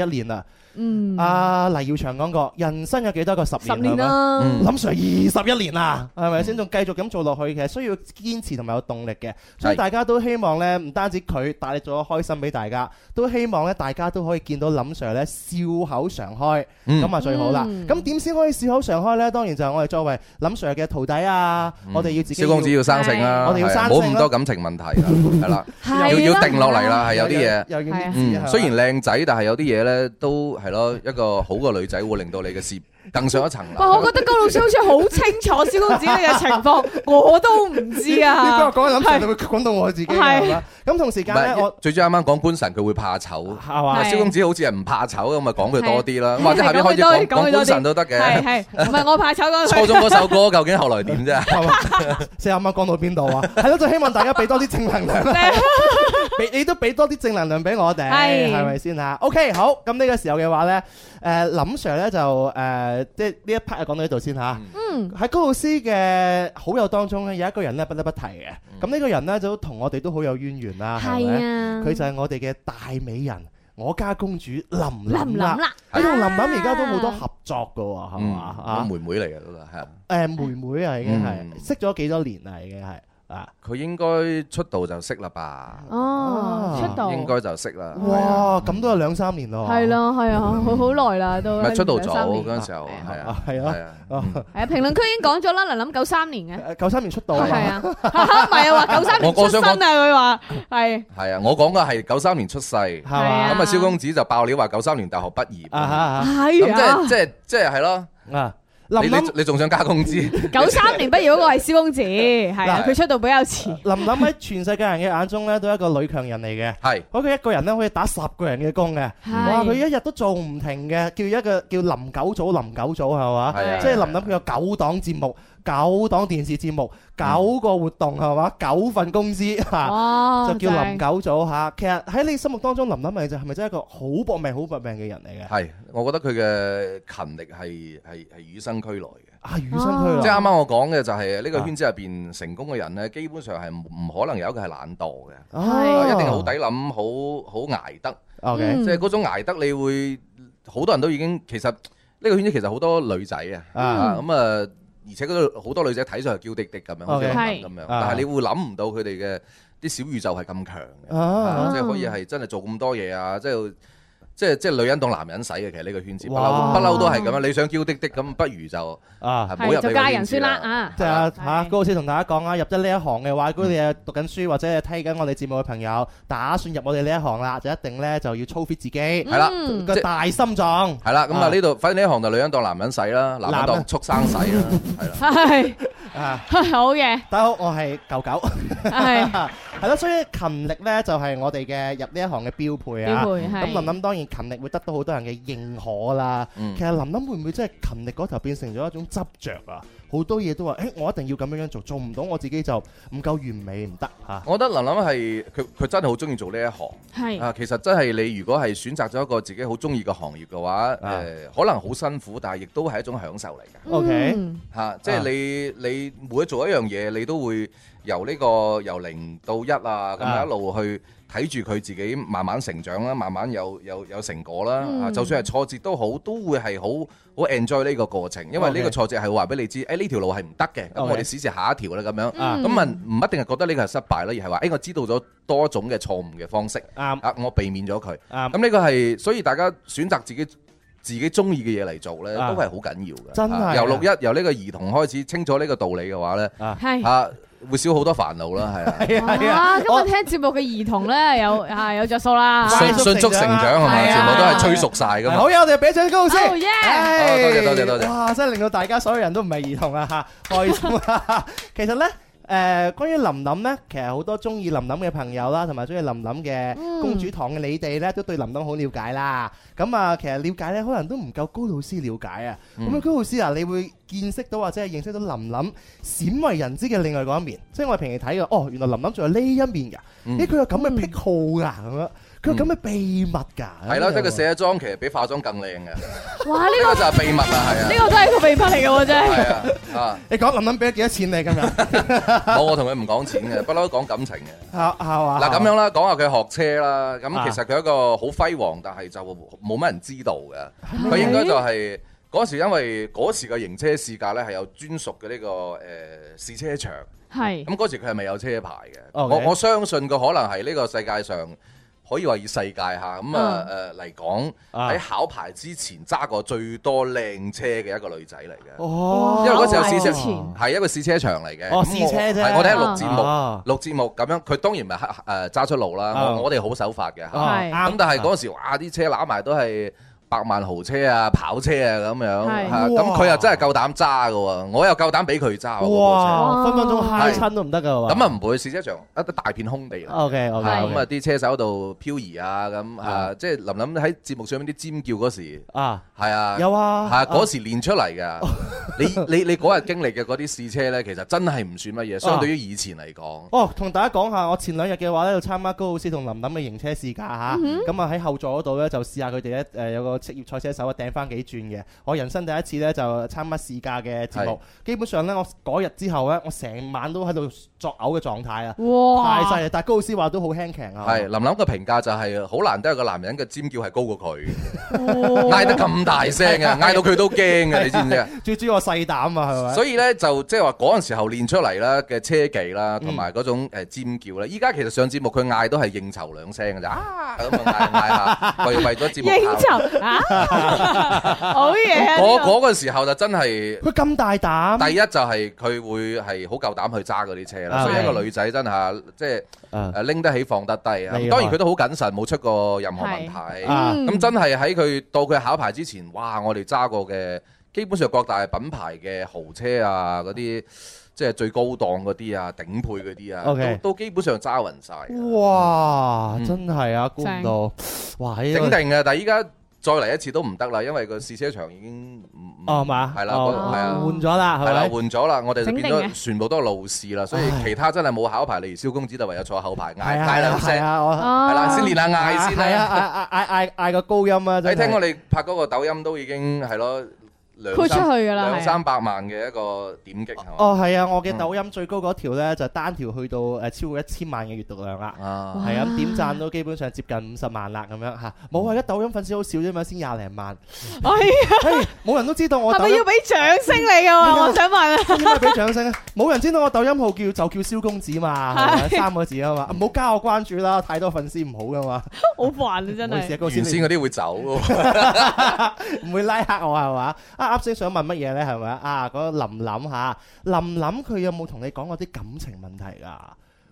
Speaker 2: 一年啦。
Speaker 3: 嗯，
Speaker 2: 阿黎耀祥講過，人生有幾多個十
Speaker 3: 十
Speaker 2: 年？
Speaker 3: 年
Speaker 2: 係咪。
Speaker 3: 啦，
Speaker 5: 嗯
Speaker 2: 林 Sir 二十一年啦，係咪先？仲繼續咁做落去嘅，需要堅持同埋有動力嘅，所以
Speaker 5: 係
Speaker 2: 大家都希望呢，唔單止佢帶嚟咗開心俾大家，都希望呢，大家都可以見到林 Sir 呢笑口常開。
Speaker 5: 嗯
Speaker 2: 咁啊最好啦。
Speaker 3: 嗯
Speaker 2: 咁點先可以笑口常開呢？當然就係我哋作為林 Sir 嘅徒弟啊，啊，我哋要自己
Speaker 5: 萧嗯公子要生性啦，
Speaker 2: 我哋要
Speaker 5: 係啊
Speaker 2: 生性啦
Speaker 5: 冇咁多感情問題啦，係啦，要要定落嚟啦，係有啲嘢。
Speaker 2: 又要搣
Speaker 5: 嗯
Speaker 2: 紙，啊
Speaker 5: 雖然靚仔，但係有啲嘢咧都係咯，一個好嘅女仔會令到你嘅事更上一層樓。
Speaker 3: 哇！我覺得高老師好似好清楚蕭公子你嘅情 況，我都唔知
Speaker 2: 你俾
Speaker 3: 啊
Speaker 2: 我。講諗成，你會講到我自己
Speaker 3: 係
Speaker 2: 係嘛？咁同時
Speaker 5: 唔
Speaker 2: 間咧，
Speaker 5: 係
Speaker 2: 我
Speaker 5: 最主要啱啱講官神，佢會怕醜。
Speaker 2: 係嘛？
Speaker 5: 蕭公子好似係唔怕醜咁，咪講佢多啲啦。
Speaker 3: 係
Speaker 5: 或者下邊
Speaker 3: 係講佢
Speaker 5: 開始講
Speaker 3: 多啲
Speaker 5: 講官神都得
Speaker 3: 係
Speaker 5: 嘅。
Speaker 3: 係，唔係我怕醜嗰
Speaker 5: 初
Speaker 3: 句。
Speaker 5: 中嗰首歌究竟後來點啫？
Speaker 2: 係嘛 四啱啱講到邊度啊？係咯，就希望大家俾多啲正能 量啦，俾你都俾多啲正能量俾我哋，
Speaker 3: 係
Speaker 2: 係咪先啊？OK，好，咁呢個時候嘅話咧，誒林 Sir 咧就誒即係呢一 part 就講到呢度先吓。
Speaker 3: 嗯，
Speaker 2: 喺高老師嘅好友當中咧，有一個人咧不得不提嘅，
Speaker 5: 嗯
Speaker 2: 咁呢個人咧就同我哋都好有淵源啦，係
Speaker 3: 係
Speaker 2: 咪？
Speaker 3: 啊。
Speaker 2: 佢就係我哋嘅大美人，我家公主林
Speaker 3: 冧唔
Speaker 2: 琳
Speaker 3: 冧
Speaker 2: 啦。
Speaker 3: 啦？
Speaker 2: 佢同林琳而家都好多合作噶喎，係
Speaker 5: 嗯，
Speaker 2: 嘛
Speaker 5: 我
Speaker 2: 啊？
Speaker 5: 妹妹嚟嘅都係。
Speaker 2: 誒妹妹啊，已經
Speaker 5: 嗯
Speaker 2: 係識咗幾多年啦，已經係啊！
Speaker 5: 佢應該出道就識啦吧？
Speaker 3: 哦，出道
Speaker 5: 應該就識啦。係啊
Speaker 2: 哇，咁都有兩三年咯，
Speaker 3: 係，咯，係啊，好好耐 啦都。
Speaker 5: 唔係出道
Speaker 3: 兩三
Speaker 5: 早
Speaker 3: 年
Speaker 5: 嗰陣時候係啊
Speaker 2: 啊，係咯
Speaker 5: 係啊。
Speaker 2: 啊
Speaker 3: 係啊，評論區已經講咗啦，林林九三 年嘅。
Speaker 2: 誒九三年出道
Speaker 3: 係
Speaker 2: 啊，
Speaker 3: 啊，唔 係啊，話九三年
Speaker 5: 我
Speaker 3: 出
Speaker 5: 我想
Speaker 3: 生
Speaker 5: 講
Speaker 3: 啊，佢話係
Speaker 5: 係啊，我講嘅係九三年出世，
Speaker 2: 係
Speaker 5: 咁
Speaker 3: 係
Speaker 2: 嘛？
Speaker 5: 啊蕭公子就爆料話九三年大學畢業，
Speaker 2: 啊哈
Speaker 5: 咁即
Speaker 3: 係
Speaker 5: 係
Speaker 3: 啊，
Speaker 5: 即係即係係咯，
Speaker 2: 啊！
Speaker 5: 你
Speaker 2: 林
Speaker 5: 你
Speaker 2: 琳
Speaker 5: 你仲想加工資？
Speaker 3: 九三年畢業嗰個係蕭公 子，係啊，
Speaker 5: 嗱
Speaker 3: 佢出道比較遲。
Speaker 2: 林琳喺全世界人嘅眼中咧，都係一個女強人嚟嘅。
Speaker 5: 係
Speaker 2: 佢佢一個人咧可以打十個人嘅工嘅，
Speaker 3: 係
Speaker 2: 哇！佢一日都做唔停嘅，叫一個叫林九組，林九組係嘛？
Speaker 5: 係啊，
Speaker 2: 即係林林佢有九檔節目、九檔電視節目、九個活動係嘛？九份公司嚇，
Speaker 3: 哦，
Speaker 2: 就叫林九組嚇。其實喺你心目當中，林林咪就係咪真係一個好搏命、好搏命嘅人嚟嘅？
Speaker 5: 係，我覺得佢嘅勤力係係係與生俱來嘅。
Speaker 2: 啊，與生俱
Speaker 3: 哦
Speaker 2: 來。
Speaker 5: 即係啱啱我講嘅就係呢個圈子入邊成功嘅人呢，基本上係唔可能有一個係懶惰嘅，
Speaker 2: 啊
Speaker 5: 一定係好抵諗，好好捱得。
Speaker 2: OK，
Speaker 3: 嗯
Speaker 5: 即係嗰種捱得，你會好多人都已經其實呢個圈子其實好多女仔啊，
Speaker 2: 啊
Speaker 5: 啊咁啊，而且嗰度好多女仔睇上去嬌滴滴咁樣，好似
Speaker 2: OK
Speaker 5: 咁樣，
Speaker 2: 係
Speaker 5: 但
Speaker 2: 啊
Speaker 5: 係你會諗唔到佢哋嘅啲小宇宙係咁強嘅，
Speaker 2: 啊
Speaker 5: 啊即係可以係真係做咁多嘢啊，即係。即係即係女人當男人使嘅，其實呢個圈子不嬲
Speaker 2: 哇
Speaker 5: 不嬲都係咁啊樣。你想嬌滴滴咁，不如就
Speaker 2: 啊！
Speaker 5: 係唔
Speaker 3: 係
Speaker 5: 好入呢個
Speaker 3: 就嫁
Speaker 5: 圈
Speaker 3: 人
Speaker 5: 子
Speaker 3: 算啦啊！
Speaker 2: 即係啊
Speaker 3: 係
Speaker 2: 嚇，高老師同大家講啊，入咗呢一行嘅話，如果你係讀緊書或者係聽緊我哋節目嘅朋友，打算入我哋呢一行啦，就一定咧就要操 fit 自己
Speaker 5: 係啦
Speaker 3: 嗯
Speaker 2: 個
Speaker 5: 即係
Speaker 2: 大心臟。
Speaker 5: 係啦。咁啊
Speaker 2: 啊
Speaker 5: 呢度，反正呢行就女人當男人使啦，男
Speaker 2: 男
Speaker 5: 人當
Speaker 2: 啊
Speaker 5: 畜生使啦，係啦。
Speaker 3: 係
Speaker 2: 啊，
Speaker 3: 好嘅，
Speaker 2: 大家好，我係狗狗，
Speaker 3: 係
Speaker 2: 係咯，所以勤力咧就係我哋嘅入呢一行嘅標配
Speaker 3: 點
Speaker 2: 啊。
Speaker 3: 會
Speaker 2: 咁
Speaker 3: 係
Speaker 2: 琳琳當然勤力會得到好多人嘅認可啦。
Speaker 5: 嗯
Speaker 2: 其實琳琳會唔會真係勤力嗰頭變成咗一種執着啊？好多嘢都話，誒，我一定要咁樣樣做，做唔到我自己就唔夠完美唔得嚇。
Speaker 5: 我覺得琳琳係佢佢真係好中意做呢一行。
Speaker 3: 係
Speaker 5: 啊，其實真係你如果係選擇咗一個自己好中意嘅行業嘅話，
Speaker 2: 啊
Speaker 5: 誒、可能好辛苦，但係亦都係一種享受嚟嘅
Speaker 2: OK
Speaker 3: 嗯
Speaker 5: 嚇。即
Speaker 2: 啊
Speaker 5: 係你你每做一樣嘢，你都會由呢、個由零到一啊，咁
Speaker 2: 啊
Speaker 5: 樣一路去睇住佢自己慢慢成長啦，慢慢有有有成果啦。
Speaker 3: 嗯
Speaker 5: 啊，就算係挫折都好，都會係好好 enjoy 呢個過程，因為呢
Speaker 2: OK
Speaker 5: 個挫折係會話俾你知，誒呢條路係唔得嘅，咁
Speaker 2: OK
Speaker 5: 我哋試試下一條啦咁樣。
Speaker 2: 啊
Speaker 5: 咁啊，唔一定係覺得呢個係失敗啦，而係話，誒哎我知道咗多種嘅錯誤嘅方式。
Speaker 2: 啱
Speaker 5: 啊，我避免咗佢。
Speaker 2: 啱。
Speaker 5: 咁呢個係，所以大家選擇自己自己中意嘅嘢嚟做呢，
Speaker 2: 啊
Speaker 5: 都係好緊要嘅。
Speaker 2: 真係
Speaker 5: 啊
Speaker 2: 啊
Speaker 5: 由六一由呢個兒童開始，清楚呢個道理嘅話呢，
Speaker 3: 係。
Speaker 5: 啊會少好多煩惱啦，係啊。
Speaker 2: 係
Speaker 3: 哇！
Speaker 2: 啊，
Speaker 3: 今日聽節目嘅兒童咧，有啊有着數 啦。
Speaker 2: 快
Speaker 5: 迅
Speaker 2: 速
Speaker 5: 迅速成長係嘛，
Speaker 3: 係啊
Speaker 5: 全部都係催熟晒㗎嘛
Speaker 2: 好。嘢，我哋俾掌高先。
Speaker 3: Oh,
Speaker 2: 唉
Speaker 3: yeah！
Speaker 5: 哦多謝多謝多謝
Speaker 2: 哇，真係令到大家所有人都唔係兒童啊嚇，開心啊！其實咧。誒、關於琳琳呢，其實好多中意琳琳嘅朋友啦，同埋中意琳琳嘅
Speaker 3: 嗯
Speaker 2: 公主堂嘅你哋呢，都對琳琳好了解啦。咁啊，其實了解呢，可能都唔夠高老師了解啊。咁
Speaker 5: 嗯
Speaker 2: 啊、高老師啊，你會見識到或者係認識到琳琳鮮為人知嘅另外嗰一面，即係我哋平時睇嘅，哦，原來琳琳仲有呢一面㗎，
Speaker 5: 嗯
Speaker 2: 咦，佢有咁嘅癖好㗎，咁樣，佢有咁嘅秘密㗎，
Speaker 5: 係啦，
Speaker 2: 咁
Speaker 5: 即係佢
Speaker 2: 樣
Speaker 5: 卸咗妝其實比化妝更靚嘅，呢
Speaker 3: 哇！呢
Speaker 5: 個
Speaker 3: 個
Speaker 5: 就係秘密啦，係啊
Speaker 3: 呢。個都係個秘密嚟嘅喎，真係。
Speaker 5: 係啊，
Speaker 2: 你講林林俾咗幾多錢你 今日？
Speaker 5: 啊，冇我同佢唔講錢嘅，不嬲都講感情嘅。
Speaker 2: 係係嘛？
Speaker 5: 嗱咁樣啦，講下佢學車啦。
Speaker 2: 啊
Speaker 5: 咁其實佢一個好輝煌，但係就冇乜人知道嘅。
Speaker 3: 咪
Speaker 5: 佢應該就係嗰時，因為嗰時嘅型車試駕呢係有專屬嘅呢個誒試車場。
Speaker 3: 係
Speaker 5: 咁嗰時佢係咪有車牌嘅？
Speaker 2: 嗯 OK
Speaker 5: 我我相信佢可能係呢個世界上可以話以世界嚇咁啊誒嚟講，
Speaker 2: 啊
Speaker 5: 喺考牌之前揸過最多靚車嘅一個女仔嚟嘅。
Speaker 2: 哦
Speaker 5: 因為嗰時候
Speaker 3: 考牌之
Speaker 5: 試車
Speaker 3: 前
Speaker 5: 係一個試車場嚟嘅，
Speaker 2: 哦
Speaker 5: 咁
Speaker 2: 試
Speaker 5: 我
Speaker 2: 車啫
Speaker 5: 係我哋喺錄節
Speaker 2: 啊
Speaker 5: 目，錄節目咁樣，佢當然唔係誒揸出路啦。
Speaker 2: 啊
Speaker 5: 我我哋好手法嘅嚇，
Speaker 2: 啊
Speaker 3: 係
Speaker 5: 咁但係嗰時哇啲車揦埋都係百萬豪車啊、跑車啊咁樣
Speaker 3: 係
Speaker 5: 嚇，咁
Speaker 2: 哇
Speaker 5: 佢又真係夠膽揸嘅喎，我又夠膽俾佢揸喎嗰部
Speaker 2: 哇，分分鐘嗨親都唔得噶
Speaker 5: 車，
Speaker 2: 喎。
Speaker 5: 咁啊唔會試車場一大片空地嚟。
Speaker 2: ，OK
Speaker 5: 係
Speaker 2: OK，
Speaker 5: 咁啊啲車手喺度漂移啊咁啊，
Speaker 2: 啊
Speaker 5: 即係林林喺節目上面啲尖叫嗰時，
Speaker 2: 啊
Speaker 5: 係啊，
Speaker 2: 有啊，
Speaker 5: 係嗰時練出嚟㗎。 你你你嗰日經歷嘅嗰啲試車呢，其實真係唔算乜
Speaker 2: 啊
Speaker 5: 嘢，相對於以前嚟講。
Speaker 2: 哦，同大家講下，我前兩日嘅話咧，要參加高老師同林林嘅型車試駕嚇，
Speaker 5: 嗯
Speaker 2: 咁啊喺後座嗰度咧就試下佢哋咧誒有個職業賽車手啊掟翻幾轉嘅，我人生第一次咧就參加試駕嘅節目，基本上咧我嗰日之後咧，我成晚都喺度作嘔嘅狀態啊，
Speaker 3: 哇，
Speaker 2: 太犀利！但係高老師話都好輕騎啊，
Speaker 5: 係林林嘅評價就係好難得有個男人嘅尖叫係高過佢，
Speaker 2: 哦
Speaker 3: 哇
Speaker 5: 嗌得咁大聲 嘅，嗌到佢都驚嘅，你知唔知啊？
Speaker 2: 最主要我細膽啊， 係咪？
Speaker 5: 所以咧就即係話嗰陣時候練出嚟啦嘅車技
Speaker 2: 嗯
Speaker 5: 啦，同埋嗰種誒尖叫咧。依家其實上節目佢嗌都係應酬兩聲嘅咋，啊咁啊 嗌嗌下，為為咗節目
Speaker 3: 應
Speaker 5: 效果。
Speaker 3: 酬啊，好嘢啊！
Speaker 5: 我
Speaker 3: 呢個
Speaker 5: 嗰個時候就真係。
Speaker 2: 佢咁大膽，
Speaker 5: 第一就係佢會係好夠膽去揸嗰啲車啦，
Speaker 2: 啊
Speaker 5: 所以一個女仔真係即係
Speaker 2: 啊
Speaker 5: 誒拎得起放得低啊
Speaker 2: 厲害！
Speaker 5: 當然佢都好謹慎，冇出過任何問題。
Speaker 2: 啊
Speaker 3: 嗯
Speaker 5: 咁真係喺佢到佢考牌之前，哇！我哋揸過嘅基本上各大品牌嘅豪車啊，嗰啲即係最高檔嗰啲啊，頂配嗰啲啊
Speaker 2: OK
Speaker 5: 都都基本上揸暈晒。
Speaker 2: 哇，
Speaker 5: 嗯
Speaker 2: 真係啊，估唔
Speaker 3: 正
Speaker 2: 到，哇！呢
Speaker 5: 整
Speaker 2: 個
Speaker 5: 定嘅，但係依家再嚟一次都唔得啦，因為個試車場已經唔唔
Speaker 2: 哦係嘛，
Speaker 5: 係啦，
Speaker 2: 哦
Speaker 5: 嗰係啊。
Speaker 2: 換咗啦，係
Speaker 5: 係啦，
Speaker 2: 咪？
Speaker 5: 換咗啦，我哋就
Speaker 3: 整定
Speaker 5: 變
Speaker 3: 嘅
Speaker 5: 咗全部都係路試啦，所以
Speaker 2: 唉
Speaker 5: 其他真係冇考牌，例如蕭公子就唯有坐後排嗌
Speaker 2: 係啊
Speaker 5: 嗌
Speaker 2: 係
Speaker 5: 兩
Speaker 2: 啊，係
Speaker 5: 聲，
Speaker 2: 啊，我。
Speaker 5: 係啦，
Speaker 3: 啊
Speaker 5: 先練下嗌先
Speaker 2: 係
Speaker 5: 啦。
Speaker 2: 啊，嗌嗌嗌嗌個高音啊！
Speaker 5: 你
Speaker 2: 真係
Speaker 5: 聽我哋拍嗰個抖音都已經係咯兩
Speaker 3: 豁出去
Speaker 5: 三
Speaker 3: 㗎啦，
Speaker 5: 兩
Speaker 3: 係啊
Speaker 5: 三百萬嘅一個點擊係嘛？
Speaker 2: 哦，係啊，我嘅抖音最高嗰條咧就單條去到誒超過一千萬嘅閱讀量啦。
Speaker 5: 啊，
Speaker 2: 係啊，咁點讚都基本上接近五十萬啦，咁樣嚇。冇啊，而家抖音粉絲好少啫嘛，先廿零萬。
Speaker 3: 哎呀，
Speaker 2: 嘿，冇人都知道我
Speaker 3: 係
Speaker 2: 抖
Speaker 3: 咪
Speaker 2: 音
Speaker 3: 要，俾掌聲你㗎喎？我想問。
Speaker 2: 應該俾掌聲啊！ 冇人知道我抖音號叫就叫蕭公子嘛，係咪三個字啊嘛，唔好加我關注啦，太多粉絲唔好噶嘛。
Speaker 3: 好煩啊！
Speaker 2: 唔
Speaker 3: 真
Speaker 2: 好意思啊，
Speaker 3: 係
Speaker 2: 高先
Speaker 5: 原先
Speaker 2: 生
Speaker 5: 嗰啲會走喎。
Speaker 2: 唔會拉黑我係嘛？啊，啱先想問乜嘢咧？係咪啊？嗰個林林嚇，林林佢有冇同你講過啲感情問題㗎？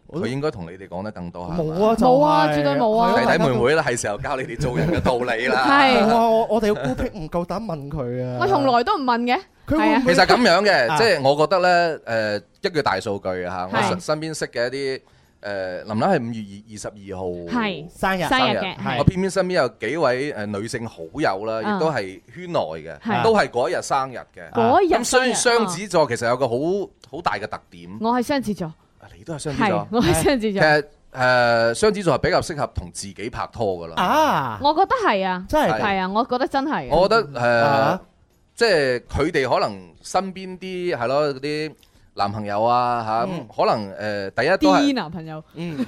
Speaker 2: 我
Speaker 5: 佢
Speaker 2: 都
Speaker 5: 應該同你哋講得更多嚇。
Speaker 2: 冇啊，就
Speaker 3: 冇啊
Speaker 2: 係
Speaker 3: 絕對冇啊
Speaker 2: 係
Speaker 5: 弟
Speaker 2: 大
Speaker 5: 弟
Speaker 2: 家
Speaker 5: 妹
Speaker 2: 都
Speaker 5: 妹啦，係時候教你哋做人嘅道 理啦。
Speaker 3: 係
Speaker 2: 哇！我我哋好孤僻，唔夠膽問佢啊！
Speaker 3: 我從來都唔問嘅，
Speaker 2: 佢
Speaker 3: 係
Speaker 2: 會
Speaker 3: 啊
Speaker 2: 唔
Speaker 5: 其
Speaker 2: 會
Speaker 5: 實咁樣
Speaker 2: 啊
Speaker 5: 嘅，即係我覺得咧，誒一句大數據啊嚇，我
Speaker 3: 係
Speaker 5: 身身邊識嘅一啲誒林林係五月二二十二號
Speaker 3: 係
Speaker 2: 生日
Speaker 3: 生日
Speaker 5: 生
Speaker 3: 嘅
Speaker 5: 日
Speaker 3: 係
Speaker 5: 我偏偏身邊有幾位誒女性好友啦，
Speaker 3: 啊
Speaker 5: 亦都係圈內嘅，
Speaker 3: 係
Speaker 5: 都係嗰一日生日嘅。
Speaker 3: 嗰日嗯
Speaker 5: 咁所以
Speaker 3: 生日
Speaker 5: 雙子座其實有個好好大嘅特點，
Speaker 3: 我係雙子座，
Speaker 5: 啊你都係雙
Speaker 3: 嗯
Speaker 5: 子
Speaker 3: 係
Speaker 5: 座。
Speaker 3: 我係雙子
Speaker 5: 其
Speaker 3: 座，
Speaker 5: 實誒雙子座係比較適合同自己拍拖噶啦。
Speaker 2: 啊！
Speaker 3: 我覺得係啊，
Speaker 2: 真係
Speaker 5: 係
Speaker 3: 係啊，我覺得真係嘅，
Speaker 5: 我覺得呃
Speaker 2: 啊
Speaker 5: 誒，即係佢哋可能身邊啲係咯嗰啲男朋友啊嚇，
Speaker 2: 嗯
Speaker 5: 咁可能誒呃第一都
Speaker 3: 啲
Speaker 5: 係
Speaker 3: 男朋友
Speaker 2: 嗯，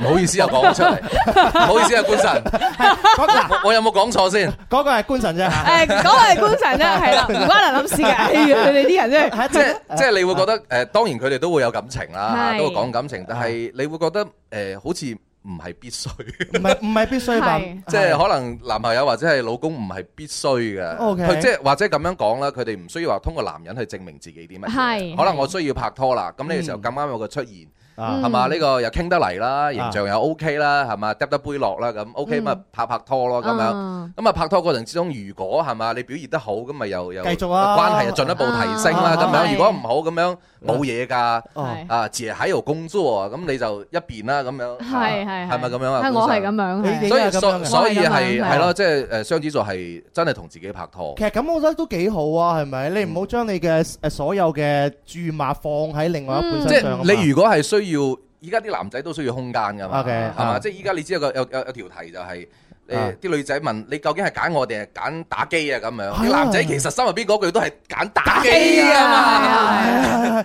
Speaker 5: 唔好意思又講出嚟， 唔好意思啊官神，
Speaker 2: 嗰嗱
Speaker 5: 我我有冇講錯先？
Speaker 2: 嗰個係官神啫，
Speaker 3: 誒，講係官神啫，係啦，唔關人諗事嘅，哎呀，你哋啲人真係
Speaker 2: 係
Speaker 5: 即係即係你會覺得誒、呃，當然佢哋都會有感情啦，
Speaker 3: 係
Speaker 5: 都會講感情，但係你會覺得誒、呃好似唔係必須，
Speaker 2: 唔係唔係必需品
Speaker 3: 係，
Speaker 5: 即係可能男朋友或者係老公唔係必須嘅。
Speaker 2: OK
Speaker 5: 佢即係或者咁樣講啦，佢哋唔需要話通過男人去證明自己啲乜
Speaker 3: 係
Speaker 5: 嘢。可能我需要拍拖啦，咁呢個時候
Speaker 2: 嗯
Speaker 5: 咁啱有個出現，
Speaker 2: 啊
Speaker 3: 嗯
Speaker 5: 係嘛？呢個又傾得嚟啦，
Speaker 2: 啊
Speaker 5: 形象又 OK 啦，係嘛？揼得杯落啦，咁 OK 咪
Speaker 3: 嗯
Speaker 5: 拍拍拖咯，咁樣。
Speaker 3: 嗯
Speaker 5: 咁啊，拍拖過程之中，如果係嘛，你表現得好，咁咪又又
Speaker 2: 繼續啊
Speaker 5: 關係又進一步提升啦。
Speaker 2: 啊
Speaker 5: 咁
Speaker 3: 係
Speaker 5: 樣如果唔好咁樣冇嘢㗎。
Speaker 2: 哦
Speaker 3: 係
Speaker 5: 啊，姐喺度工作啊，咁你就一邊啦，咁樣
Speaker 3: 係係
Speaker 5: 啊係咪咁樣啊？
Speaker 3: 係我係咁樣，
Speaker 2: 你
Speaker 3: 係啊
Speaker 2: 你
Speaker 5: 所以
Speaker 2: 係咁啊樣
Speaker 5: 所
Speaker 2: 嘅
Speaker 5: 所以
Speaker 3: 我係咁
Speaker 5: 係
Speaker 3: 樣係
Speaker 5: 係咯，即係誒雙子座係真係同自己拍拖
Speaker 2: 其，實咁我覺得都幾好啊，係咪？你唔好將你嘅誒所有嘅注碼放喺另外一半
Speaker 3: 嗯
Speaker 5: 嗯即
Speaker 2: 身上啊嘛。
Speaker 5: 係你如果係需要，依家啲男仔都需要空間㗎嘛，
Speaker 2: OK，
Speaker 5: 係
Speaker 2: 啊
Speaker 5: 嘛？即係依家你知有個有有有條題就係你
Speaker 2: 啊
Speaker 5: 啲女仔問你究竟係揀我定係揀打機啊咁樣，
Speaker 2: 啊
Speaker 5: 啲男仔其實心入邊嗰句都係揀打機
Speaker 3: 係
Speaker 5: 啊嘛。
Speaker 3: 啊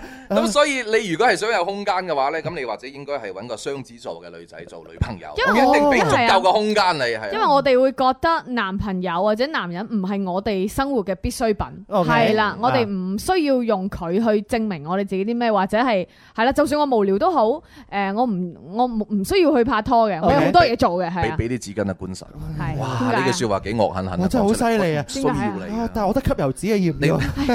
Speaker 2: 嗯
Speaker 5: 咁所以你如果係想有空間嘅話呢，咁你或者應該係揾個雙子座嘅女仔做女朋友，
Speaker 3: 因為我
Speaker 5: 一定俾足
Speaker 3: 因為啊
Speaker 5: 夠嘅空間你係啊。
Speaker 3: 因為我哋會覺得男朋友或者男人唔係我哋生活嘅必需品，
Speaker 2: OK
Speaker 3: 係啦，我哋
Speaker 2: 啊
Speaker 3: 唔需要用佢去證明我哋自己啲咩，或者係係啦，就算我無聊都好，誒、我唔我唔唔需要去拍拖嘅，我有
Speaker 2: OK
Speaker 3: 好多嘢做嘅，係啊，
Speaker 5: 俾俾啲紙巾啊，官神。
Speaker 3: 係
Speaker 5: 哇！
Speaker 3: 點解啊
Speaker 5: 呢句説話幾惡狠狠啊，
Speaker 2: 哇真係好犀利啊
Speaker 5: 講出嚟需要你
Speaker 2: 啊
Speaker 5: 啊。
Speaker 2: 但係我得吸油紙嘅
Speaker 5: 你
Speaker 2: 要唔要？
Speaker 3: 我
Speaker 5: 你哋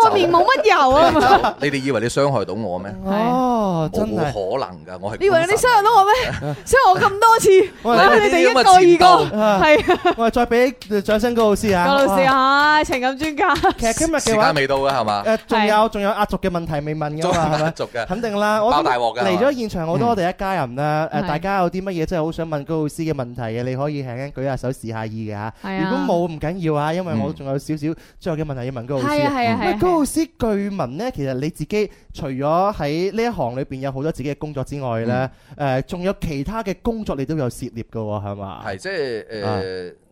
Speaker 3: 我
Speaker 5: 走
Speaker 3: 面冇乜油 啊嘛，
Speaker 5: 你哋以為你傷害到我咩？
Speaker 2: 哦，
Speaker 5: 我
Speaker 2: 真
Speaker 5: 冇
Speaker 2: 係
Speaker 5: 可能㗎，我係
Speaker 3: 你以為你
Speaker 5: 官神
Speaker 3: 傷害到我咩？傷害我咁多次，
Speaker 2: 喂
Speaker 3: 因為
Speaker 5: 你呢啲咁嘅
Speaker 3: 你哋一個
Speaker 5: 戰
Speaker 3: 二
Speaker 5: 鬥
Speaker 3: 個
Speaker 2: 啊
Speaker 3: 係啊，
Speaker 2: 喂，再俾掌聲高老師啊！
Speaker 3: 郭老師
Speaker 2: 哇，
Speaker 3: 啊，情感專家，
Speaker 2: 其實今日
Speaker 5: 時
Speaker 2: 嘅話
Speaker 5: 間，未到啊㗎 係嘛？
Speaker 2: 誒仲有
Speaker 3: 係
Speaker 2: 仲有壓軸嘅問題未問
Speaker 5: 仲
Speaker 2: 㗎啊 嘛，係咪？
Speaker 5: 續嘅。
Speaker 2: 肯定 啦，我
Speaker 5: 爆大鑊㗎
Speaker 2: 嚟咗現場好多
Speaker 5: 嗯
Speaker 2: 我哋一家人啦。誒，
Speaker 3: 係
Speaker 2: 大家有啲乜嘢真係好想問高老師嘅問題嘅，你可以輕輕舉下手試下意嘅嚇。
Speaker 3: 係啊
Speaker 2: 如果冇唔緊要啊，因為我
Speaker 5: 嗯
Speaker 2: 仲有少少最後嘅問題要問高老師。
Speaker 3: 係啊係啊係
Speaker 2: 喂
Speaker 3: 啊，
Speaker 2: 高老師據聞呢，其實你自己除咗喺呢一行裏邊有好多自己嘅工作之外呢，誒仲、有其他嘅工作你都有涉獵嘅喎，係嘛？
Speaker 5: 係即係誒、
Speaker 2: 啊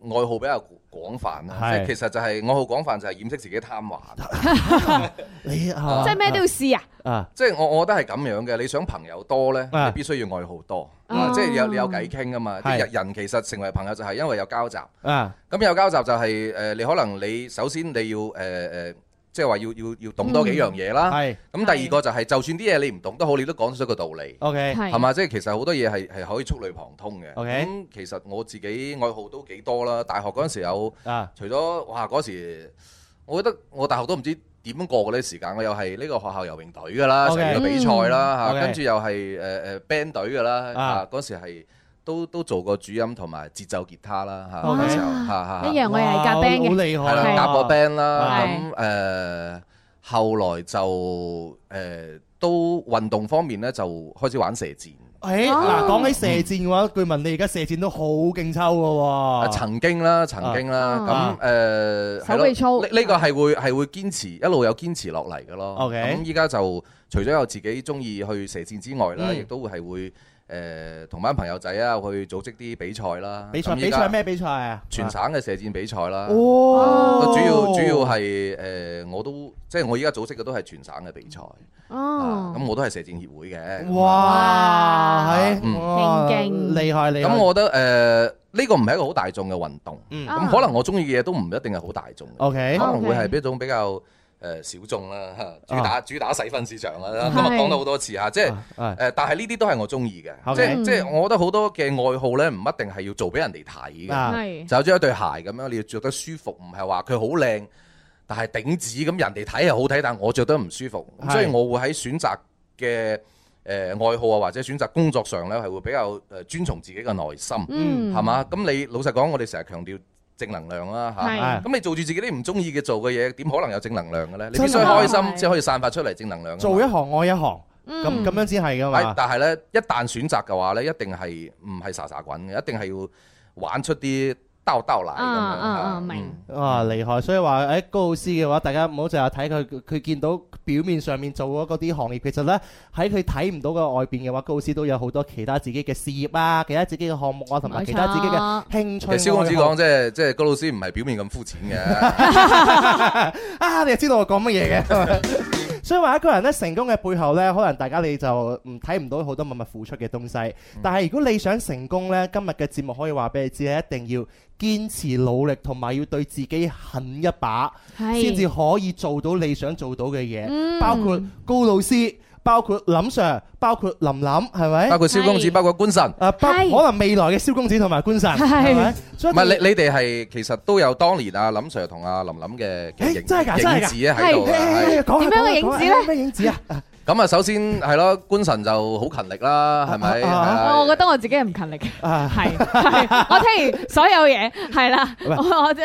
Speaker 5: 愛好比較廣泛啦，
Speaker 2: 係
Speaker 5: 即係其實就係愛好廣泛就係掩飾自己貪玩，
Speaker 2: 你啊，
Speaker 3: 即係咩都要試啊，
Speaker 2: 啊，
Speaker 5: 即係我我覺得係咁樣嘅。你想朋友多呢，
Speaker 2: 啊
Speaker 5: 你必須要愛好多，
Speaker 3: 啊
Speaker 5: 即係有你有偈傾啊嘛。
Speaker 2: 係
Speaker 5: 人人其實成為朋友就係因為有交集，
Speaker 2: 啊
Speaker 5: 咁有交集就係、誒你可能你首先你要誒誒、即係話要要要懂多幾樣嘢啦。
Speaker 2: 係
Speaker 5: 咁、第二個就係、就算啲嘢你唔懂都好，你都講出一個道理。
Speaker 2: ，OK，
Speaker 3: 係
Speaker 5: 係嘛？即係其實好多嘢係係可以觸類旁通嘅。咁
Speaker 2: OK
Speaker 5: 其實我自己愛好都幾多啦。大學嗰陣時有。
Speaker 2: 啊，
Speaker 5: 除咗哇嗰時，我覺得我大學都唔知點過嘅呢啲時間，我又係呢個學校游泳隊㗎啦，成
Speaker 2: OK
Speaker 5: 日比賽啦
Speaker 2: 嗯
Speaker 5: 嚇，
Speaker 2: OK
Speaker 5: 跟住又係誒誒 band 隊㗎啦
Speaker 2: 啊
Speaker 5: 嚇，嗰時係都都做過主音同埋節奏吉他啦嚇，
Speaker 3: 哇
Speaker 5: 嗰時候嚇嚇
Speaker 3: 一樣我又係夾
Speaker 2: 哇
Speaker 3: band 嘅
Speaker 2: 好厲害
Speaker 5: 係啦，
Speaker 3: 係
Speaker 5: 夾過 band 啦，
Speaker 3: 係
Speaker 5: 咁誒後來就誒都運動方面咧就開始玩射箭。
Speaker 2: 誒哎嗱，
Speaker 3: 哦
Speaker 2: 講起射箭嘅話，據聞你而家射箭都好勁抽
Speaker 5: 啊，
Speaker 2: 嘅喎。
Speaker 5: 曾經啦，曾經啦
Speaker 2: 啊，
Speaker 5: 咁誒
Speaker 3: 手臂粗
Speaker 5: 呢呢個係會係會堅持一路有堅持落嚟嘅咯。
Speaker 2: OK
Speaker 5: 咁依家就除咗有自己中意去射箭之外啦，
Speaker 2: 嗯
Speaker 5: 亦都會係會誒同班朋友仔啊去組織啲比賽啦。
Speaker 2: 比賽
Speaker 5: 咁依
Speaker 2: 比
Speaker 5: 家
Speaker 2: 賽咩比賽啊？
Speaker 5: 全省嘅射箭比賽啦。
Speaker 2: 哦，
Speaker 5: 主要主要係誒我都即係我依家組織嘅都係全省嘅比賽，啊
Speaker 3: 哦，
Speaker 5: 咁我都係射箭協會嘅。
Speaker 2: 哇，
Speaker 5: 嗯
Speaker 2: 係哇
Speaker 3: 勁勁
Speaker 2: 厲害厲害。
Speaker 5: 咁我覺得呃誒呢個唔係一個好大眾嘅運動，
Speaker 2: 嗯
Speaker 3: 啊
Speaker 5: 咁可能我中意嘅嘢都唔一定係好大眾嘅。
Speaker 2: OK，啊
Speaker 5: 可
Speaker 3: 好
Speaker 5: 能會
Speaker 3: OK
Speaker 5: 係一種比較誒小眾啦，嚇
Speaker 2: 哦
Speaker 5: 主打主打細分市場啦。
Speaker 3: 係
Speaker 5: 今日講咗好多次嚇，即係
Speaker 2: 啊
Speaker 5: 誒，但係呢啲都係我中意嘅，即
Speaker 2: OK
Speaker 3: 嗯
Speaker 5: 係即係我覺得好多嘅愛好咧，唔一定係要做俾人哋睇
Speaker 2: 啊
Speaker 3: 係
Speaker 5: 嘅，就好似一對鞋咁樣，你要着得舒服，唔係話佢好靚，但係頂趾咁人哋睇係好睇，但我着得唔舒服，
Speaker 2: 係
Speaker 5: 所以我會喺選擇嘅誒愛好啊，或者選擇工作上咧，係會比較誒遵從自己嘅內心，
Speaker 3: 嗯
Speaker 5: 係嘛？咁你老實講，我哋成日強調正能量啦嚇。
Speaker 2: 啊
Speaker 3: 係
Speaker 5: 咁你做住自己啲唔中意嘅做嘅嘢，點可能有正能量嘅咧？你必
Speaker 2: 真
Speaker 5: 須
Speaker 2: 係啊
Speaker 5: 開心
Speaker 3: 係
Speaker 5: 先可以散發出嚟正能量啊㗎嘛。
Speaker 2: 做一行愛一行，
Speaker 3: 嗯
Speaker 2: 咁咁樣先係噶
Speaker 5: 但
Speaker 2: 嘛。
Speaker 5: 但係咧，一旦選擇嘅話咧，一定係唔係傻傻滾嘅，一定係要玩出啲兜兜嚟咁樣
Speaker 3: 啊啊啊
Speaker 5: 嚇。
Speaker 3: 明
Speaker 5: 嗯
Speaker 2: 哇，厲害！所以話誒高老師嘅話，大家唔好就係睇佢，佢見到表面上面做咗嗰啲行業，其實呢，喺佢睇唔到嘅外邊嘅話，高老師都有好多其他自己嘅事業啊，其他自己嘅項目啊，同埋其他自己嘅興趣
Speaker 5: 其實蕭公子
Speaker 2: 愛好
Speaker 5: 講即係即係高老師唔係表面咁膚淺嘅，
Speaker 2: 啊，你就知道我講乜嘢嘅。 所以話一個人咧成功嘅背後咧，可能大家你就唔睇唔到好多默默付出嘅東西。
Speaker 5: 嗯
Speaker 2: 但係如果你想成功咧，今日嘅節目可以話俾你知咧，一定要堅持努力，同埋要對自己狠一把，
Speaker 3: 係
Speaker 2: 先至可以做到你想做到嘅嘢。
Speaker 3: 嗯
Speaker 2: 包括高老師，包括林 Sir，包括林林， 係咪
Speaker 5: 包？括蕭公子，
Speaker 3: 係
Speaker 5: 包括官神。
Speaker 2: 啊，包
Speaker 3: 係
Speaker 2: 可能未來嘅蕭公子同埋官神，係咪？所
Speaker 5: 唔
Speaker 2: 以一定
Speaker 5: 係你你哋係其實都有當年啊林 Sir 同阿林林嘅嘅
Speaker 2: 誒
Speaker 5: 影
Speaker 2: 真係㗎真係
Speaker 5: 影
Speaker 2: 㗎
Speaker 5: 子啊喺
Speaker 2: 誒
Speaker 5: 度嘅。係
Speaker 2: 誒誒 講下
Speaker 3: 點樣
Speaker 2: 講下
Speaker 3: 嘅影子
Speaker 2: 講
Speaker 3: 呢
Speaker 2: 下咩影子啊？
Speaker 5: 咁啊，首先係咯，官神就好勤力啦，係咪？
Speaker 2: 啊啊啊
Speaker 5: 係
Speaker 3: 我覺 得我自己係唔勤力嘅，
Speaker 2: 啊！
Speaker 3: 係係我聽完所有嘢係啦，
Speaker 2: 喂
Speaker 3: 我我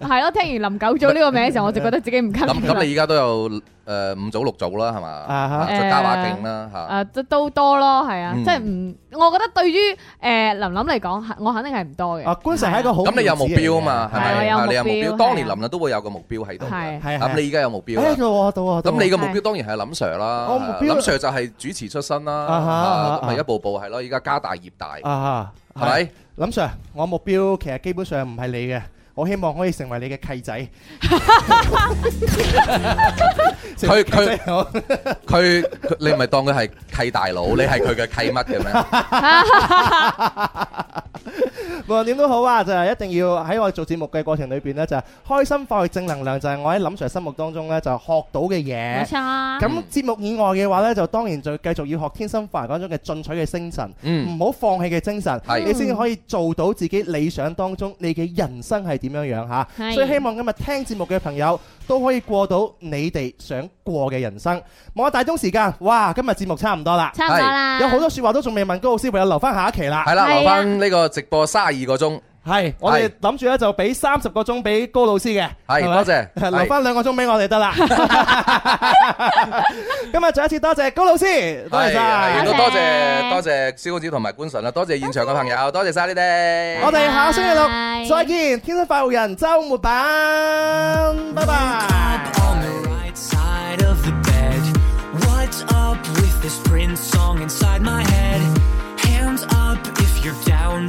Speaker 3: 係咯，聽完林九組呢個名嘅時候，我就覺得自己唔
Speaker 5: 咁
Speaker 3: 跟。
Speaker 5: 咁你而家都有誒五組六組啦，係嘛？
Speaker 2: 啊
Speaker 5: 再加把勁啦嚇。
Speaker 3: 誒都啊都多咯，係啊，
Speaker 5: 嗯
Speaker 3: 即係唔，我覺得對於誒林林嚟講，我肯定係唔多嘅。
Speaker 2: 啊，官神係一個好
Speaker 5: 咁你有目
Speaker 2: 兒子嚟嘅
Speaker 5: 標啊嘛？係咪？
Speaker 3: 係啊
Speaker 5: 啊
Speaker 3: 有目標
Speaker 5: 你有目
Speaker 3: 係啊
Speaker 5: 標，當年林林都會有個目標喺度
Speaker 3: 係
Speaker 5: 嘅。
Speaker 2: 係
Speaker 5: 咁你而家有目標
Speaker 2: 哎
Speaker 5: 啦。
Speaker 2: 到我到我到
Speaker 5: 咁你
Speaker 2: 我
Speaker 5: 嘅目標當然係林 Sir 啦。
Speaker 2: 我目標
Speaker 5: 林 Sir 就係主持出身啦，
Speaker 2: 啊哈
Speaker 5: 啊咁
Speaker 2: 啊
Speaker 5: 咪一步步係咯。而家家大業大，係
Speaker 2: 啊，
Speaker 5: 咪？
Speaker 2: 林 Sir，我目標其實基本上唔係你嘅，我希望可以成為你嘅 契仔。
Speaker 5: 佢佢
Speaker 2: 佢
Speaker 5: 佢，佢你唔係當佢係契大 佬，你係佢嘅契乜嘅咩？
Speaker 2: 無論點都好啊，就係一定要喺我哋做節目嘅過程裏邊呢，就係開心快活正能量，就係我喺林 Sir 心目當中呢，就學到嘅嘢。
Speaker 3: 錯
Speaker 2: 咁節目以外嘅話呢，就當然就繼續要學天生快活人嗰種嘅進取嘅精神，
Speaker 5: 嗯，
Speaker 2: 唔好放棄嘅精神，
Speaker 5: 係
Speaker 2: 你先至可以做到自己理想當中你嘅人生係點樣樣嚇。
Speaker 3: 係
Speaker 2: 所以希望今日聽節目嘅朋友都可以過到你哋想過嘅人生。望下大鐘時間，哇！今日節目差唔多啦，
Speaker 3: 差唔多啦。
Speaker 2: 有好多説話都仲未問高老師，唯有留翻下一期啦。
Speaker 5: 係啦，
Speaker 3: 係啊
Speaker 5: 留翻呢個直播三十二個鐘，
Speaker 2: 係，我哋諗住咧就俾三十個鐘俾高老師嘅，
Speaker 5: 係
Speaker 2: 咪
Speaker 5: 多謝係
Speaker 2: 留翻兩個鐘俾我哋得 啦。今日再一次多謝高老師，多謝
Speaker 5: 係
Speaker 2: 晒
Speaker 5: 哎係，都
Speaker 3: 多謝
Speaker 5: 多謝多謝蕭公子同埋官神啦，多謝現場嘅朋友，多謝晒你哋。
Speaker 2: 我哋下星期
Speaker 3: 拜
Speaker 2: 六再見，天生快活人周末版，拜拜。
Speaker 6: on the right side of the bed. What's up with this Prince song inside my head? Hands up if you're down